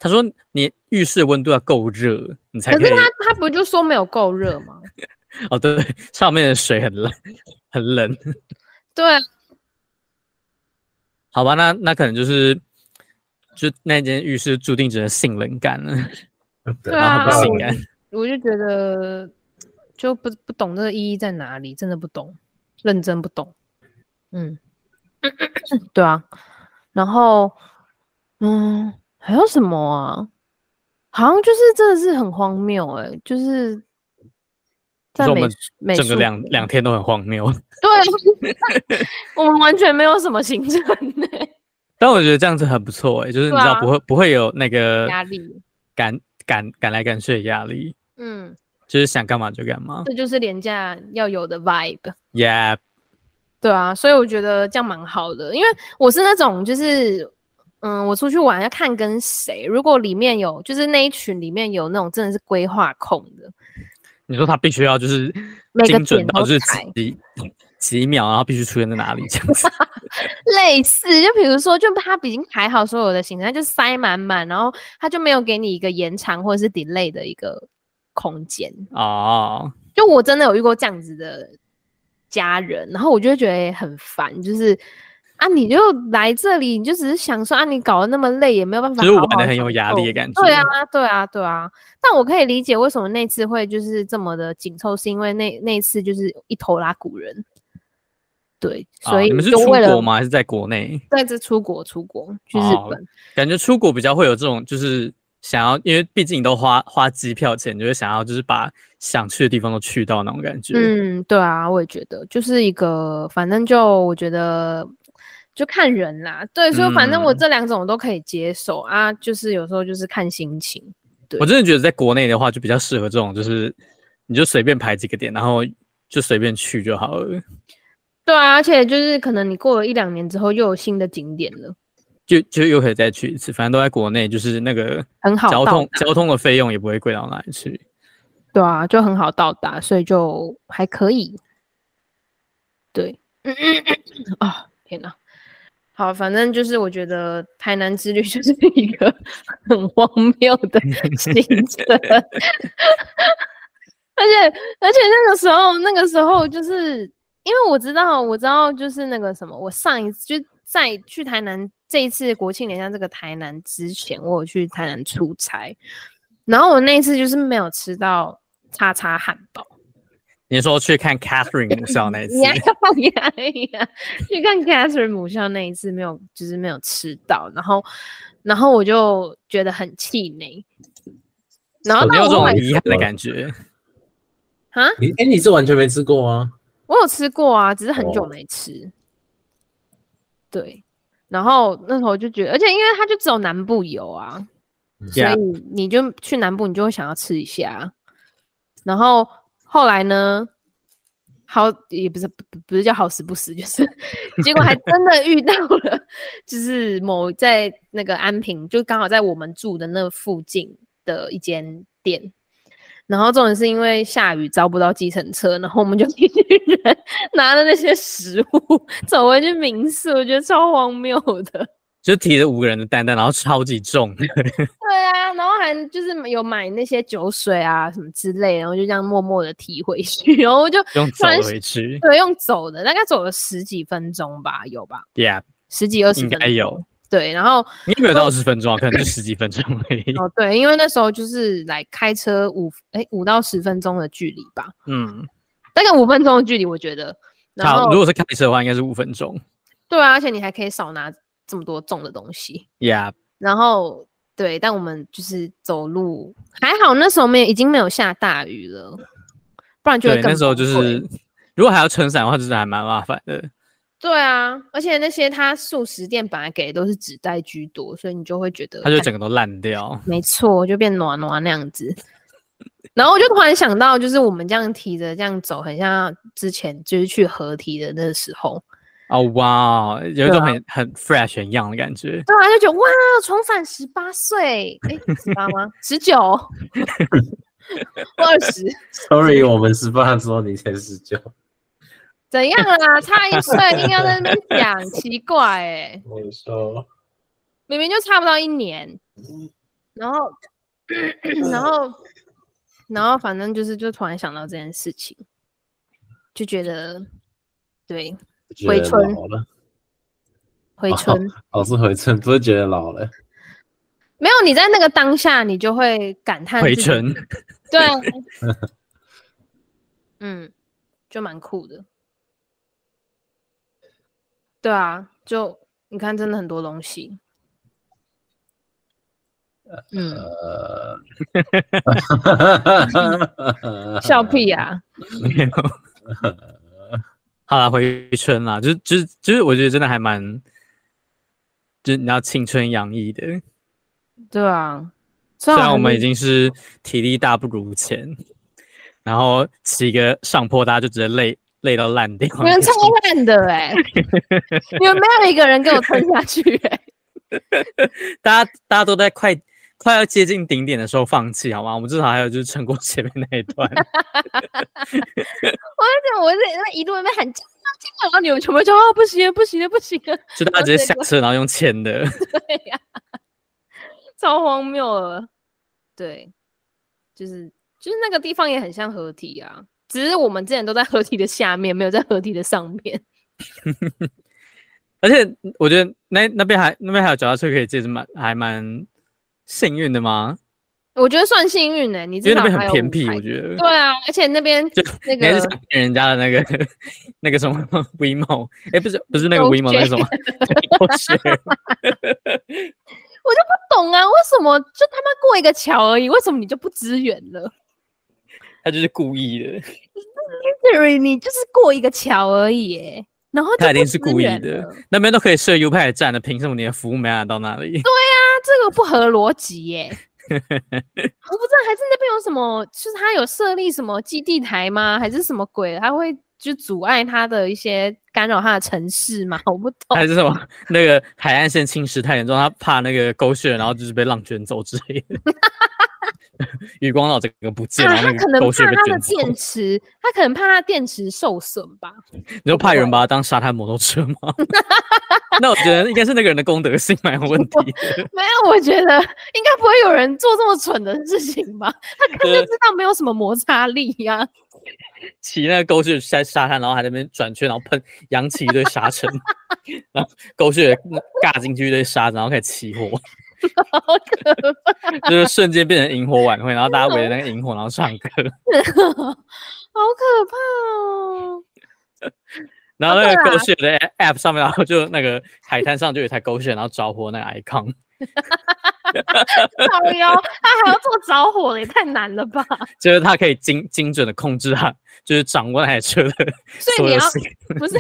Speaker 2: 他说你浴室温度要够热，你才
Speaker 3: 可
Speaker 2: 可以
Speaker 3: 是。他他不就说没有够热吗？
Speaker 2: 哦，对，上面的水很冷，很冷。
Speaker 3: *laughs* 对啊，
Speaker 2: 好吧，那那可能就是，就那间浴室注定只能性冷感了，
Speaker 1: 对
Speaker 2: *laughs*
Speaker 3: 对
Speaker 2: 然后
Speaker 3: 啊
Speaker 2: 不性感。
Speaker 3: 我就觉得就不不懂这个意义在哪里，真的不懂，认真不懂。嗯， *coughs* 对啊。然后，嗯，还有什么啊？好像就是真的是很荒谬哎、就是
Speaker 2: 你
Speaker 3: 在
Speaker 2: 说我
Speaker 3: 美
Speaker 2: 们
Speaker 3: 美
Speaker 2: 整个
Speaker 3: 术
Speaker 2: 两两天都很荒谬，
Speaker 3: 对，啊 *laughs* 我们完全没有什么行程欸呢、
Speaker 2: 但我觉得这样子很不错哎、就是你
Speaker 3: 对
Speaker 2: 知道
Speaker 3: 啊
Speaker 2: 不会、不会有那个
Speaker 3: 压力。
Speaker 2: 赶赶赶来赶去的压力，
Speaker 3: 嗯，
Speaker 2: 就是想干嘛就干嘛。
Speaker 3: 这就是廉价要有的 vibe。
Speaker 2: Yeah，
Speaker 3: 对啊，所以我觉得这样蛮好的，因为我是那种就是，嗯，我出去玩要看跟谁，如果里面有就是那一群里面有那种真的是规划控的，
Speaker 2: 你说他必须要就是
Speaker 3: 每个
Speaker 2: 精准
Speaker 3: 点
Speaker 2: 到
Speaker 3: 都
Speaker 2: 就是
Speaker 3: 踩
Speaker 2: 几几秒，然后必须出现在哪里这样
Speaker 3: *laughs*
Speaker 2: 子。
Speaker 3: 类似，就比如说，就他已经排好所有的行程，他就塞满满，然后他就没有给你一个延长或者是 delay 的一个空间。
Speaker 2: 哦，
Speaker 3: 就我真的有遇过这样子的家人，然后我就会觉得很烦，就是啊，你就来这里，你就只是想说啊，你搞得那么累，也没有办法
Speaker 2: 就是
Speaker 3: 好
Speaker 2: 玩得
Speaker 3: 好
Speaker 2: 很有
Speaker 3: 享
Speaker 2: 压力的
Speaker 3: 受
Speaker 2: 感
Speaker 3: 对
Speaker 2: 觉
Speaker 3: 啊，对啊，对啊。但我可以理解为什么那次会就是这么的紧凑，是因为那那一次就是一头拉古人，对，所
Speaker 2: 啊
Speaker 3: 以
Speaker 2: 你们是
Speaker 3: 就
Speaker 2: 出
Speaker 3: 为了
Speaker 2: 国吗？还是在国内？
Speaker 3: 对，这出国出国去日
Speaker 2: 哦
Speaker 3: 本，
Speaker 2: 感觉出国比较会有这种，就是想要，因为毕竟你都花花机票钱，就会想要就是把想去的地方都去到那种感觉。
Speaker 3: 嗯，对啊，我也觉得，就是一个，反正就我觉得就看人啦。对，所以反正我
Speaker 2: 嗯
Speaker 3: 这两种我都可以接受、啊，就是有时候就是看心情。
Speaker 2: 我真的觉得在国内的话，就比较适合这种，就是你就随便排几个点，然后就随便去就好了。
Speaker 3: 对啊，而且就是可能你过了一两年之后又有新的景点了，
Speaker 2: 就就又可以再去一次，反正都在国内，就是那个
Speaker 3: 很好
Speaker 2: 交
Speaker 3: 到
Speaker 2: 通
Speaker 3: 达
Speaker 2: 交通的费用也不会贵到哪里去。
Speaker 3: 对啊，就很好到达，所以就还可以。对，嗯嗯嗯啊，天哪！好，反正就是我觉得台南之旅 *laughs* 就是一个很荒谬的行程，而且而且那个时候那个时候就是因为我知道我知道就是那个什么，我上一次就在去台南这一次国庆连假这个台南之前，我有去台南出差，然后我那一次就是没有吃到叉叉汉堡，
Speaker 2: 你说去看 Catherine
Speaker 3: *laughs*
Speaker 2: 母校那一次
Speaker 3: 你，还要放牙呀？去看 Catherine 母校那一次没有，就是没有吃到，然后，然后我就觉得很气馁。然后
Speaker 2: 有没
Speaker 3: 到
Speaker 2: 有这
Speaker 3: 后来
Speaker 2: 种遗憾的感觉？
Speaker 3: 啊，
Speaker 1: 你哎，你是完全没吃过吗？
Speaker 3: 我有吃过啊，只是很久
Speaker 1: 哦
Speaker 3: 没吃。对，然后那时候就觉得，而且因为它就只有南部有啊， *laughs* 所
Speaker 2: Yeah
Speaker 3: 以你就去南部，你就会想要吃一下。啊然后后来呢，好也不是不不是叫好死不死，就是结果还真的遇到了，就是某在那个安平，就刚好在我们住的那附近的一间店。然后重点是因为下雨招不到计程车，然后我们就一群人拿着那些食物走回去民宿，我觉得超荒谬的。
Speaker 2: 就提着五个人的担担，然后超级重，
Speaker 3: 对啊，然后还就是有买那些酒水啊什么之类，然后就这样默默的提回去，然后就
Speaker 2: 用走
Speaker 3: 突然
Speaker 2: 回去。
Speaker 3: 对用走的，大概走了十几分钟吧，有吧，
Speaker 2: Yeah，
Speaker 3: 十几二十
Speaker 2: 应
Speaker 3: 分钟
Speaker 2: 该有。
Speaker 3: 对，然后
Speaker 2: 你有没有到二十分钟啊？可能就十几分钟而
Speaker 3: *laughs*
Speaker 2: 已。
Speaker 3: 哦对，因为那时候就是来开车五哎五到十分钟的距离吧，
Speaker 2: 嗯，
Speaker 3: 大概五分钟的距离，我觉得。然
Speaker 2: 好，
Speaker 3: 后
Speaker 2: 如果是开车的话，应该是五分钟。
Speaker 3: 对啊，而且你还可以少拿这么多重的东西。
Speaker 2: Yeah，
Speaker 3: 然后对，但我们就是走路还好，那时候没有已经没有下大雨了，不然就会
Speaker 2: 对，
Speaker 3: 更
Speaker 2: 那时候就
Speaker 3: 崩溃
Speaker 2: 是如果还要撑伞的话，就是还蛮麻烦的。
Speaker 3: 对啊，而且那些他素食店本来给的都是纸袋居多，所以你就会觉得
Speaker 2: 它就
Speaker 3: 干
Speaker 2: 整个都烂掉。
Speaker 3: 没错，就变暖暖那样子。 *laughs* 然后我就突然想到，就是我们这样提着这样走，很像之前就是去合体的那时候，
Speaker 2: 哦哇，有一
Speaker 3: 对
Speaker 2: 种
Speaker 3: 啊
Speaker 2: 很很 fresh 很 young 的感觉。
Speaker 3: 对啊，就觉得哇，重返十八岁，哎，十八吗？十九， *laughs* 我二十，
Speaker 1: Sorry，我们十八的时候你才十九，
Speaker 3: 怎样啦？差一岁，硬要在那边讲，奇怪哎、
Speaker 1: 我说
Speaker 3: 明明就差不到一年，
Speaker 2: 嗯
Speaker 3: 然
Speaker 2: *clears throat*
Speaker 3: 后，然后，然后，反正就是，就突然想到这件事情，就觉得，对，
Speaker 1: 觉得
Speaker 3: 回春
Speaker 1: 老了，
Speaker 3: 回
Speaker 1: 哦
Speaker 3: 春、
Speaker 1: 老是回春，不是觉得老了。
Speaker 3: 没有你在那个当下，你就会感叹
Speaker 2: 回
Speaker 3: 自己， *laughs*
Speaker 2: 春，
Speaker 3: 对，嗯，就蛮酷的，对啊，就你看，真的很多东西，
Speaker 2: 呃
Speaker 3: 嗯，
Speaker 1: 呃，
Speaker 3: 笑屁啊呀、
Speaker 2: 没有 *laughs* 好啦，回春啦，就是就是就是，我觉得真的还蛮，就是你要青春洋溢的。
Speaker 3: 对啊，虽
Speaker 2: 虽然
Speaker 3: 还
Speaker 2: 我们
Speaker 3: 没
Speaker 2: 已经是体力大不如前，然后骑个上坡，大家就直接累累到烂掉。
Speaker 3: 你们超烂
Speaker 2: *laughs*
Speaker 3: 的哎、你们没有一个人给我撑下去 *laughs* 哎、
Speaker 2: 大家大家都在快快要接近顶点的时候放弃，好吗？我们至少还有就是撑过前面那一段。
Speaker 3: 我就我是那一路被喊加油加油，然后你们全部就哦不行了不行了不行了，
Speaker 2: 就大家直接
Speaker 3: *laughs*
Speaker 2: 下车，然后用牵的。
Speaker 3: 对呀、超荒谬了。对，就是就是那个地方也很像合体啊，只是我们之前都在合体的下面，没有在合体的上面。
Speaker 2: 而且我觉得那那边还那边还有脚踏车可以借，是蛮还蛮幸运的嘛，
Speaker 3: 我觉得算幸运呢、你
Speaker 2: 因为
Speaker 3: 至
Speaker 2: 那
Speaker 3: 少
Speaker 2: 边很
Speaker 3: 还有
Speaker 2: 偏
Speaker 3: 舞
Speaker 2: 僻，
Speaker 3: 台
Speaker 2: 我觉得。
Speaker 3: 对啊，而且那边
Speaker 2: 就
Speaker 3: 那
Speaker 2: 你还是
Speaker 3: 个
Speaker 2: 想骗人家的那个 *laughs* 那个什么 WeMo，哎、不是不是那个
Speaker 3: Go
Speaker 2: WeMo，那个什
Speaker 3: *laughs*
Speaker 2: 么 Go Share
Speaker 3: 懂啊，为什么就他妈过一个桥而已，为什么你就不支援了？
Speaker 2: 他就是故意的，
Speaker 3: Siri，你就是过一个桥而已耶，然后就
Speaker 2: 他一
Speaker 3: 不
Speaker 2: 定是
Speaker 3: 支
Speaker 2: 故意
Speaker 3: 援
Speaker 2: 的
Speaker 3: 了
Speaker 2: 那边都可以设 U 派的站的，凭什么你的服务没拿到那里？ *laughs*
Speaker 3: 那这个不合逻辑耶。我不知道，还是那边有什么？就是他有设立什么基地台吗？还是什么鬼的？他会就阻碍他的一些干扰他的城市吗？我不懂。
Speaker 2: 还是什么那个海岸线侵蚀太严重，他怕那个 Go Share，然后就是被浪卷走之类的。 *laughs* 余光岛整个不见，
Speaker 3: 啊，
Speaker 2: 然后
Speaker 3: 他
Speaker 2: 那
Speaker 3: 可
Speaker 2: 个
Speaker 3: 能
Speaker 2: Go
Speaker 3: 怕
Speaker 2: Share
Speaker 3: 他
Speaker 2: 被
Speaker 3: 的
Speaker 2: 卷走
Speaker 3: 电。池，他可能怕他电池受损吧。
Speaker 2: 你就派
Speaker 3: 哦
Speaker 2: 人把他当沙滩摩托车吗？ *laughs* 那我觉得应该是那个人的公德心蛮有问题的。
Speaker 3: 没有，我觉得应该不会有人做这么蠢的事情吧？他根本就
Speaker 2: 呃
Speaker 3: 知道没有什么摩擦力呀、 *laughs*
Speaker 2: 骑那个狗血在沙滩，然后还在那边转圈，然后喷扬起一堆沙
Speaker 3: *laughs*
Speaker 2: 尘，然后狗血尬进去一堆沙子，然后开始起火，
Speaker 3: 好可怕。
Speaker 2: 就是瞬间变成萤火晚会，然后大家围着那个萤火，然后唱歌。
Speaker 3: 啊，好可怕哦！
Speaker 2: 然后
Speaker 3: 哦
Speaker 2: 那个
Speaker 3: 对
Speaker 2: 狗
Speaker 3: 啦
Speaker 2: 血的 app 上面，然后就那个海滩上就有一台狗血，然后着火那个 icon。
Speaker 3: 靠腰，他还要做着火的，也太难了吧？
Speaker 2: 就是它可以精精准的控制它，就是掌握那台车的
Speaker 3: *laughs* 所
Speaker 2: 所
Speaker 3: 以你
Speaker 2: 有
Speaker 3: 要
Speaker 2: 事。
Speaker 3: *laughs*
Speaker 2: *laughs*
Speaker 3: 不是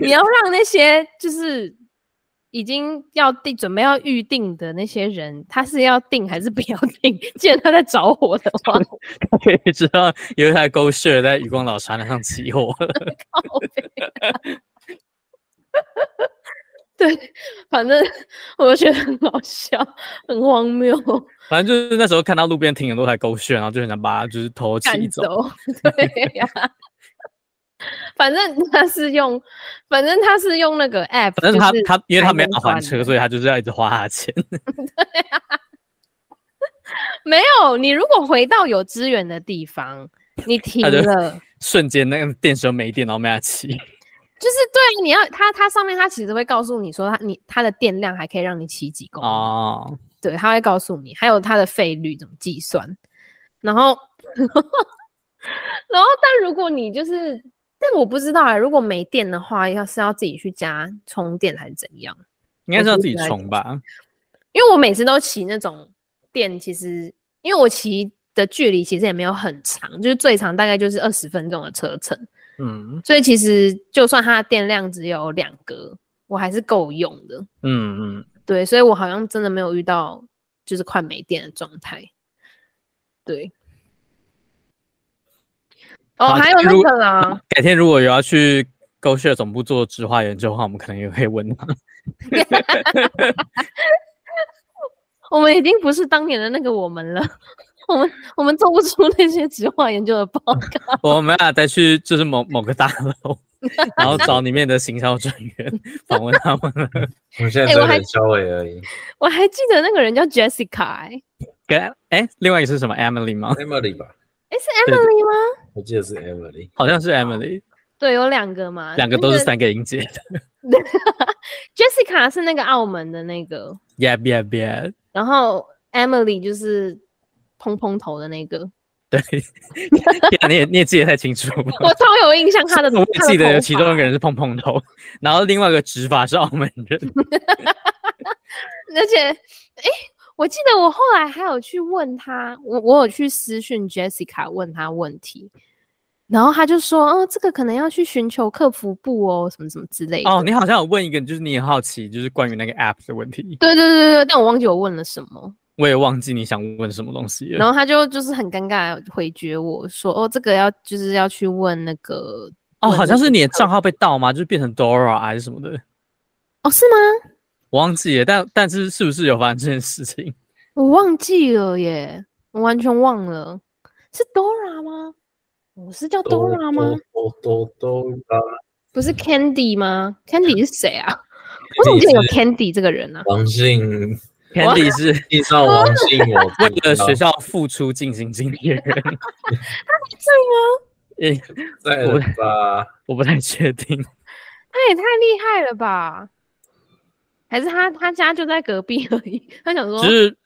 Speaker 3: 你要让那些就是已经要定准备要预定的那些人，他是要定还是不要定？ *laughs* 既然他在着火的话，
Speaker 2: 它可以知道有一台狗血在渔光岛沙滩上起火。
Speaker 3: 靠北啊 *laughs* 对，反正我觉得很好笑，很荒谬，
Speaker 2: 反正就是那时候看到路边停很多台狗血，然后就很想把它就是偷骑
Speaker 3: 赶
Speaker 2: 走。
Speaker 3: 走。 *laughs* 对呀、反正他是用，反正他是用那个 app，
Speaker 2: 反正他
Speaker 3: 就是
Speaker 2: 他因为他没
Speaker 3: 开
Speaker 2: 拿
Speaker 3: 门关
Speaker 2: 还车，所以他就是要一直花他的钱。 *laughs*
Speaker 3: 没有，你如果回到有资源的地方，你停
Speaker 2: 就
Speaker 3: 了，
Speaker 2: 瞬间那个电池都没电，然后没他骑。
Speaker 3: 就是对，啊你要它它上面它其实会告诉你说它你它的电量还可以让你骑几公里，
Speaker 2: 哦，
Speaker 3: 对，它会告诉你，还有它的费率怎么计算，然后 *laughs* 然后但如果你就是，但我不知道哎、如果没电的话，要是要自己去家充电还是怎样？
Speaker 2: 应该是要自己充吧？
Speaker 3: 因为我每次都骑那种电，其实因为我骑的距离其实也没有很长，就是最长大概就是二十分钟的车程。
Speaker 2: 嗯
Speaker 3: 所以其实就算它的电量只有两格，我还是够用的。
Speaker 2: 嗯嗯，
Speaker 3: 对，所以我好像真的没有遇到就是快没电的状态。对。哦，
Speaker 2: 好
Speaker 3: 还有
Speaker 2: 如嗯
Speaker 3: 那个啦，
Speaker 2: 改天如果有要去狗血总部做植化研究的话，我们可能也可以问他。 *laughs*
Speaker 3: 我们已经不是当年的那个我们了，我们我们做不出那些植化研究的报
Speaker 2: *laughs*
Speaker 3: 告。
Speaker 2: 我们俩再去就是某某个大楼，然后找里面的行销专 *laughs* 员访问他们，
Speaker 1: 我现在
Speaker 3: 哎
Speaker 1: 只
Speaker 3: 我
Speaker 1: 有
Speaker 3: 还
Speaker 1: 冷稍微而已。
Speaker 3: 我还记得那个人叫 Jessica，哎、
Speaker 2: 跟哎、另外一个是什么 Emily 吗？
Speaker 1: Emily 吧，
Speaker 3: 诶是
Speaker 2: 对
Speaker 3: Emily 吗？
Speaker 1: 我记得是 Emily。
Speaker 2: 好像是 Emily，
Speaker 3: 对，有两个嘛，
Speaker 2: 两个
Speaker 3: 那
Speaker 2: 都是三个音节。
Speaker 3: Jessica 是那个澳门的那个，
Speaker 2: Yeah yeah yeah，
Speaker 3: 然后 Emily 就是蓬蓬头的那个，
Speaker 2: 对，天啊，你也你也记得太清楚了。
Speaker 3: *laughs* 我超有印象他的。
Speaker 2: 我也
Speaker 3: 他的
Speaker 2: 记得有
Speaker 3: 头
Speaker 2: 其中一
Speaker 3: 发
Speaker 2: 个人是碰碰头，然后另外一个执法是澳门人。
Speaker 3: 而且，哎，我记得我后来还有去问他，我我有去私讯 Jessica 问他问题，然后他就说，嗯、这个可能要去寻求客服部哦，什么什么之类的。
Speaker 2: 哦，你好像有问一个，就是你很好奇，就是关于那个 app 的问题，
Speaker 3: 对对对对，但我忘记我问了什么，
Speaker 2: 我也忘记你想问什么东西
Speaker 3: 然
Speaker 2: 了。
Speaker 3: 后他就就是很尴尬地回绝我说，哦，这个要就是要去问那个，
Speaker 2: 哦，
Speaker 3: 问
Speaker 2: 好
Speaker 3: 那
Speaker 2: 像
Speaker 3: 个
Speaker 2: 是你的账号被盗吗？就是变成 Dora 还是什么的，
Speaker 3: 哦是吗？
Speaker 2: 我忘记了。但但是是不是有发生这件事情？
Speaker 3: 我忘记了耶，我完全忘了，是 Dora 吗？我是
Speaker 2: 哦
Speaker 3: 叫 Dora 吗？
Speaker 1: 哆哆哆啦，
Speaker 3: 不是
Speaker 2: *laughs*
Speaker 3: Candy 吗？Candy 是谁啊？我怎么记得有 Candy 这个人啊？
Speaker 1: 王姓
Speaker 2: Candy 是
Speaker 3: *laughs*
Speaker 1: 地上王姓我
Speaker 2: 为
Speaker 1: 知
Speaker 2: 了
Speaker 1: 道
Speaker 2: 学校付出尽心尽力的人。啊在吗？诶，
Speaker 1: 在了吧？
Speaker 2: 我不太确定。
Speaker 3: 他也太厉害了吧？还是他他家就在隔壁而已？他想说
Speaker 2: 只是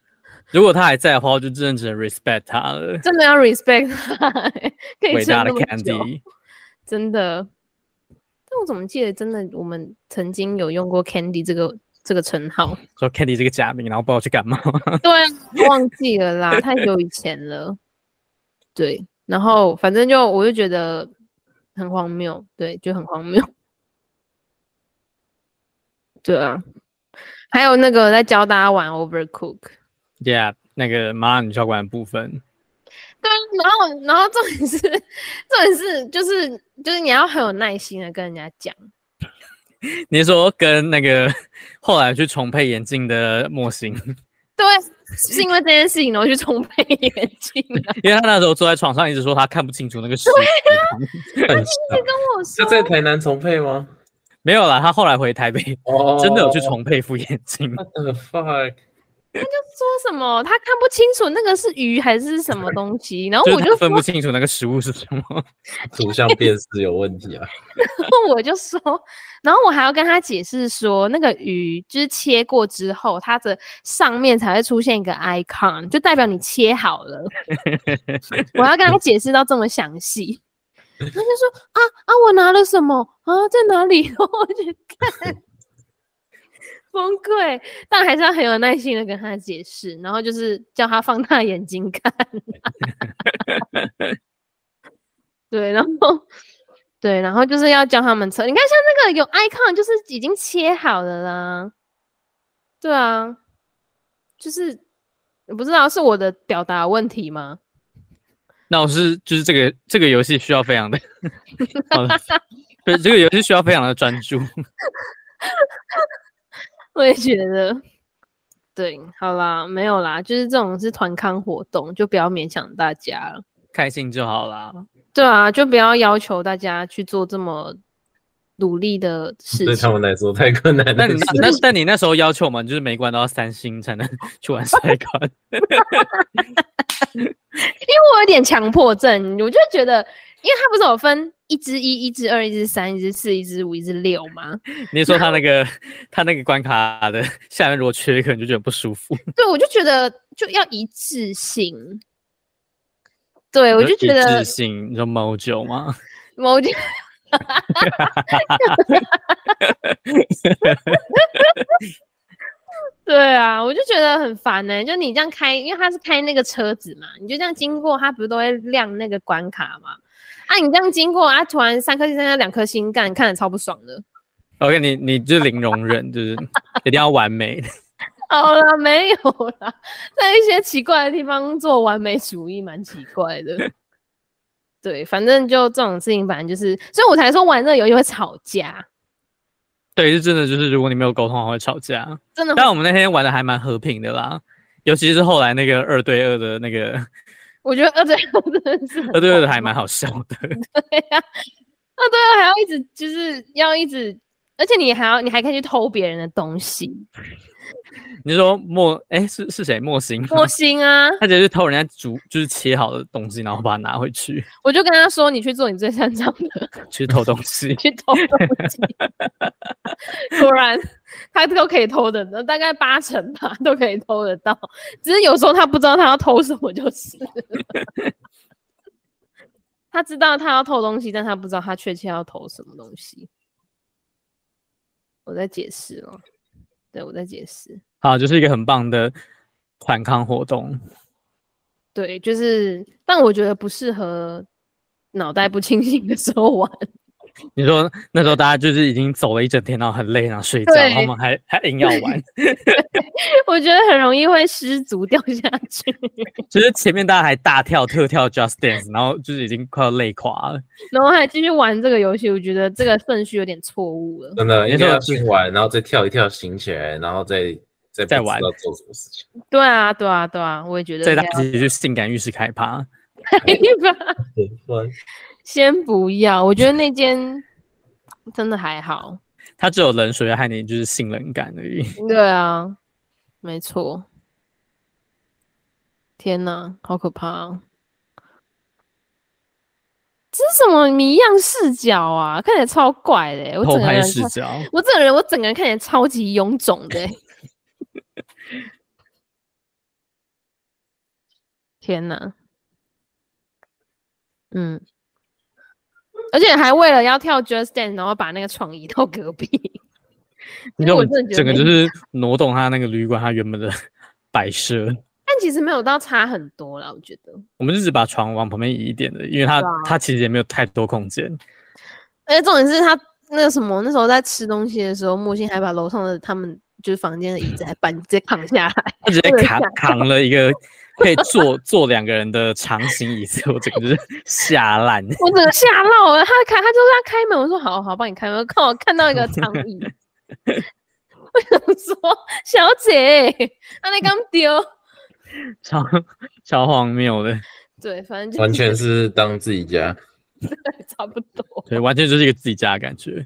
Speaker 2: 如果他还在的话，我就真的只能 respect 他了。
Speaker 3: 真的要 respect 他、 *laughs* 欸，可以
Speaker 2: 伟
Speaker 3: 撑
Speaker 2: 大的
Speaker 3: 那么久
Speaker 2: Candy，
Speaker 3: *laughs* 真的。但我怎么记得真的我们曾经有用过 Candy 这个这个称号？
Speaker 2: 说 Candy 这个假名，然后不知道去干嘛。 *laughs*
Speaker 3: 对啊，忘记了啦，太久以前了。对，然后反正就我就觉得很荒谬，对，就很荒谬。对啊，还有那个在教大家玩 Overcook，
Speaker 2: yeah，那个麻辣女教官的部分，
Speaker 3: 对啊，然后然后重点是重点是就是就是你要很有耐心的跟人家讲，
Speaker 2: 你是说跟那个 *laughs* 后来去重配眼镜的莫欣，
Speaker 3: 对，啊是因为这件事情然后去重配眼镜的，
Speaker 2: 因为他那时候坐在床上一直说他看不清楚那个时
Speaker 1: 很像
Speaker 3: 跟我说
Speaker 1: 他在台南重配吗？
Speaker 2: 没有啦，他后来回台北
Speaker 1: 哦，
Speaker 2: 真的有去重配副眼镜。
Speaker 3: 哦
Speaker 1: What the fuck？
Speaker 3: 说什么，他看不清楚那个是鱼还是什么东西，然后
Speaker 2: 就
Speaker 3: 我
Speaker 2: 是
Speaker 3: 就
Speaker 2: 他
Speaker 3: 说
Speaker 2: 分不清楚那个食物是什么，
Speaker 1: 图像辨识有问题啊！
Speaker 3: *laughs* 我就说，然后我还要跟他解释说，那个鱼就是切过之后，它的上面才会出现一个 icon，就代表你切好了。我要跟他解释到这么详细，他就说啊啊，我拿了什么啊，在哪里？ *laughs* 然后我去看，崩溃。但还是要很有耐心的跟他解释，然后就是叫他放大眼睛看。 *laughs* 对，然后对，然后就是要教他们测。你看，像那个有 icon，就是已经切好的啦。对啊，就是我不知道是我的表达问题吗？ *laughs*
Speaker 2: 那我是就是这个这个游戏需要非常的， *laughs* 好的， *laughs* 对，这个游戏需要非常的专注。
Speaker 3: 我也觉得，对，好啦，没有啦，就是这种是团康活动，就不要勉强大家了。
Speaker 2: 开心就好啦。
Speaker 3: 对啊，就不要要求大家去做这么努力的事
Speaker 1: 对他
Speaker 3: 情。
Speaker 1: 们来说太困难了
Speaker 2: 那
Speaker 3: *laughs*
Speaker 2: 你。那那 *laughs* 但你那时候要求我们，就是每一关都要三星才能去玩赛关。
Speaker 3: 因为我有点强迫症，我就觉得，因为它不是有分一至一、一至二、一至三、一至四、一至五、一至六吗？
Speaker 2: 你说他那个 *laughs* 他那个关卡的下面如果缺一个，你就觉得不舒服。
Speaker 3: 对，我就觉得就要一致性。对， *laughs* 我就觉
Speaker 2: 一
Speaker 3: 得
Speaker 2: 致性，你说某酒吗？ *laughs*
Speaker 3: 某件，对啊，我就觉得很烦呢、就你这样开，因为他是开那个车子嘛，你就这样经过，他不是都会亮那个关卡嘛？啊，你这样经过啊，突然三颗星、三颗两颗星，干看着超不爽的。
Speaker 2: OK，你你就零容忍，就是 *laughs* 一定要完美。 *laughs*
Speaker 3: *laughs* 好啦，没有啦，在一些奇怪的地方做完美主义，蛮奇怪的。对，反正就这种事情，反正就是，所以我才说玩这个游戏会吵架，
Speaker 2: 对，是真的，就是如果你没有沟通的话会吵
Speaker 3: *laughs*
Speaker 2: 架。
Speaker 3: 真的会
Speaker 2: 但我们那天玩的还蛮和平的啦，尤其是后来那个二对二的那
Speaker 3: *laughs*
Speaker 2: 个
Speaker 3: 我觉得二对二真的是
Speaker 2: 二对二的还
Speaker 3: 还
Speaker 2: 蛮好笑的。 *laughs*
Speaker 3: 对呀、二对啊二还要一直就是要一直，而且你还要你还可以去偷别人的东西，
Speaker 2: 你说莫哎是是谁莫行吗？
Speaker 3: 莫心啊！
Speaker 2: 他直接去偷人家煮就是切好的东西，然后把它拿回去，
Speaker 3: 我就跟他说，你去做你最擅长的，。
Speaker 2: 去偷东西 *laughs*
Speaker 3: 去偷东西。果然他都可以偷的，大概八成吧都可以偷得到，只是有时候他不知道他要偷什么就是了。 *laughs* 他知道他要偷东西，但他不知道他确切要偷什么东西。我在解释哦，对我在解释。
Speaker 2: 好，就是一个很棒的团康活动。
Speaker 3: 对，就是，但我觉得不适合脑袋不清醒的时候玩。 *laughs*
Speaker 2: 你说那时候大家就是已经走了一整天，然后很累，然后睡觉，
Speaker 3: 对
Speaker 2: 然后我们还还硬要
Speaker 3: *laughs*
Speaker 2: 玩。
Speaker 3: 我觉得很容易会失足掉下去，
Speaker 2: 就是前面大家还大跳特跳 Just Dance，然后就是已经快要累垮了。
Speaker 3: 然后还继续玩这个游戏，我觉得这个顺序有点错误了。
Speaker 1: *laughs* 真的
Speaker 2: 你
Speaker 1: 应该
Speaker 2: 说
Speaker 1: 要先玩，然后再跳一跳，醒起来，然后再再
Speaker 2: 再
Speaker 1: 不知
Speaker 2: 玩
Speaker 1: 道做什么事情。
Speaker 3: 对啊，对啊，对啊，我也觉得
Speaker 2: 所以
Speaker 3: 应
Speaker 2: 大
Speaker 3: 该
Speaker 2: 家一起去性感浴室开趴。
Speaker 3: 要
Speaker 1: 对，不然
Speaker 3: *laughs* 先不要，我觉得那间真的还好。
Speaker 2: 它只有冷水害你就是性冷感而已。
Speaker 3: 对啊，没错。天哪，好可怕、哦！这是什么谜样视角啊？看起来超怪的欸、我整
Speaker 2: 偷
Speaker 3: 个
Speaker 2: 拍
Speaker 3: 人
Speaker 2: 视
Speaker 3: 看，
Speaker 2: 角，
Speaker 3: 我整个人，我整个人看起来超级臃肿的欸、 *laughs* 天哪！嗯，而且还为了要跳 Just Dance，然后把那个床移到隔
Speaker 2: *laughs*
Speaker 3: 壁。
Speaker 2: 你
Speaker 3: 因为
Speaker 2: 就
Speaker 3: 我真的觉
Speaker 2: 整
Speaker 3: 得
Speaker 2: 个
Speaker 3: 那
Speaker 2: 就
Speaker 3: 个
Speaker 2: 是 *laughs* 挪动它那个旅馆它原本的摆设。
Speaker 3: 但其实没有到差很多啦，我觉得。
Speaker 2: 我们就只把床往旁边移一点的，因为它、
Speaker 3: 对啊
Speaker 2: 它其实也没有太多空间。
Speaker 3: 而且重点是他那个什么，那时候在吃东西的时候，木星还把楼上的他们就是房间的椅子还 *laughs* 搬直接扛下来，
Speaker 2: 他直接
Speaker 3: 我有
Speaker 2: 扛
Speaker 3: 吓
Speaker 2: 扛了一个可以坐坐两个人的长形椅子，我整个就是吓烂。
Speaker 3: 我整个吓到了。他开，他就是他开门，我说好好帮你开门，看我看到一个长椅，我想说小姐，他那刚丢，
Speaker 2: 超超荒谬的，
Speaker 3: 对，反正就
Speaker 1: 完
Speaker 3: 是
Speaker 1: 全是当自己家。
Speaker 3: 差不多。
Speaker 2: 对，完全就是一个自己家的感觉。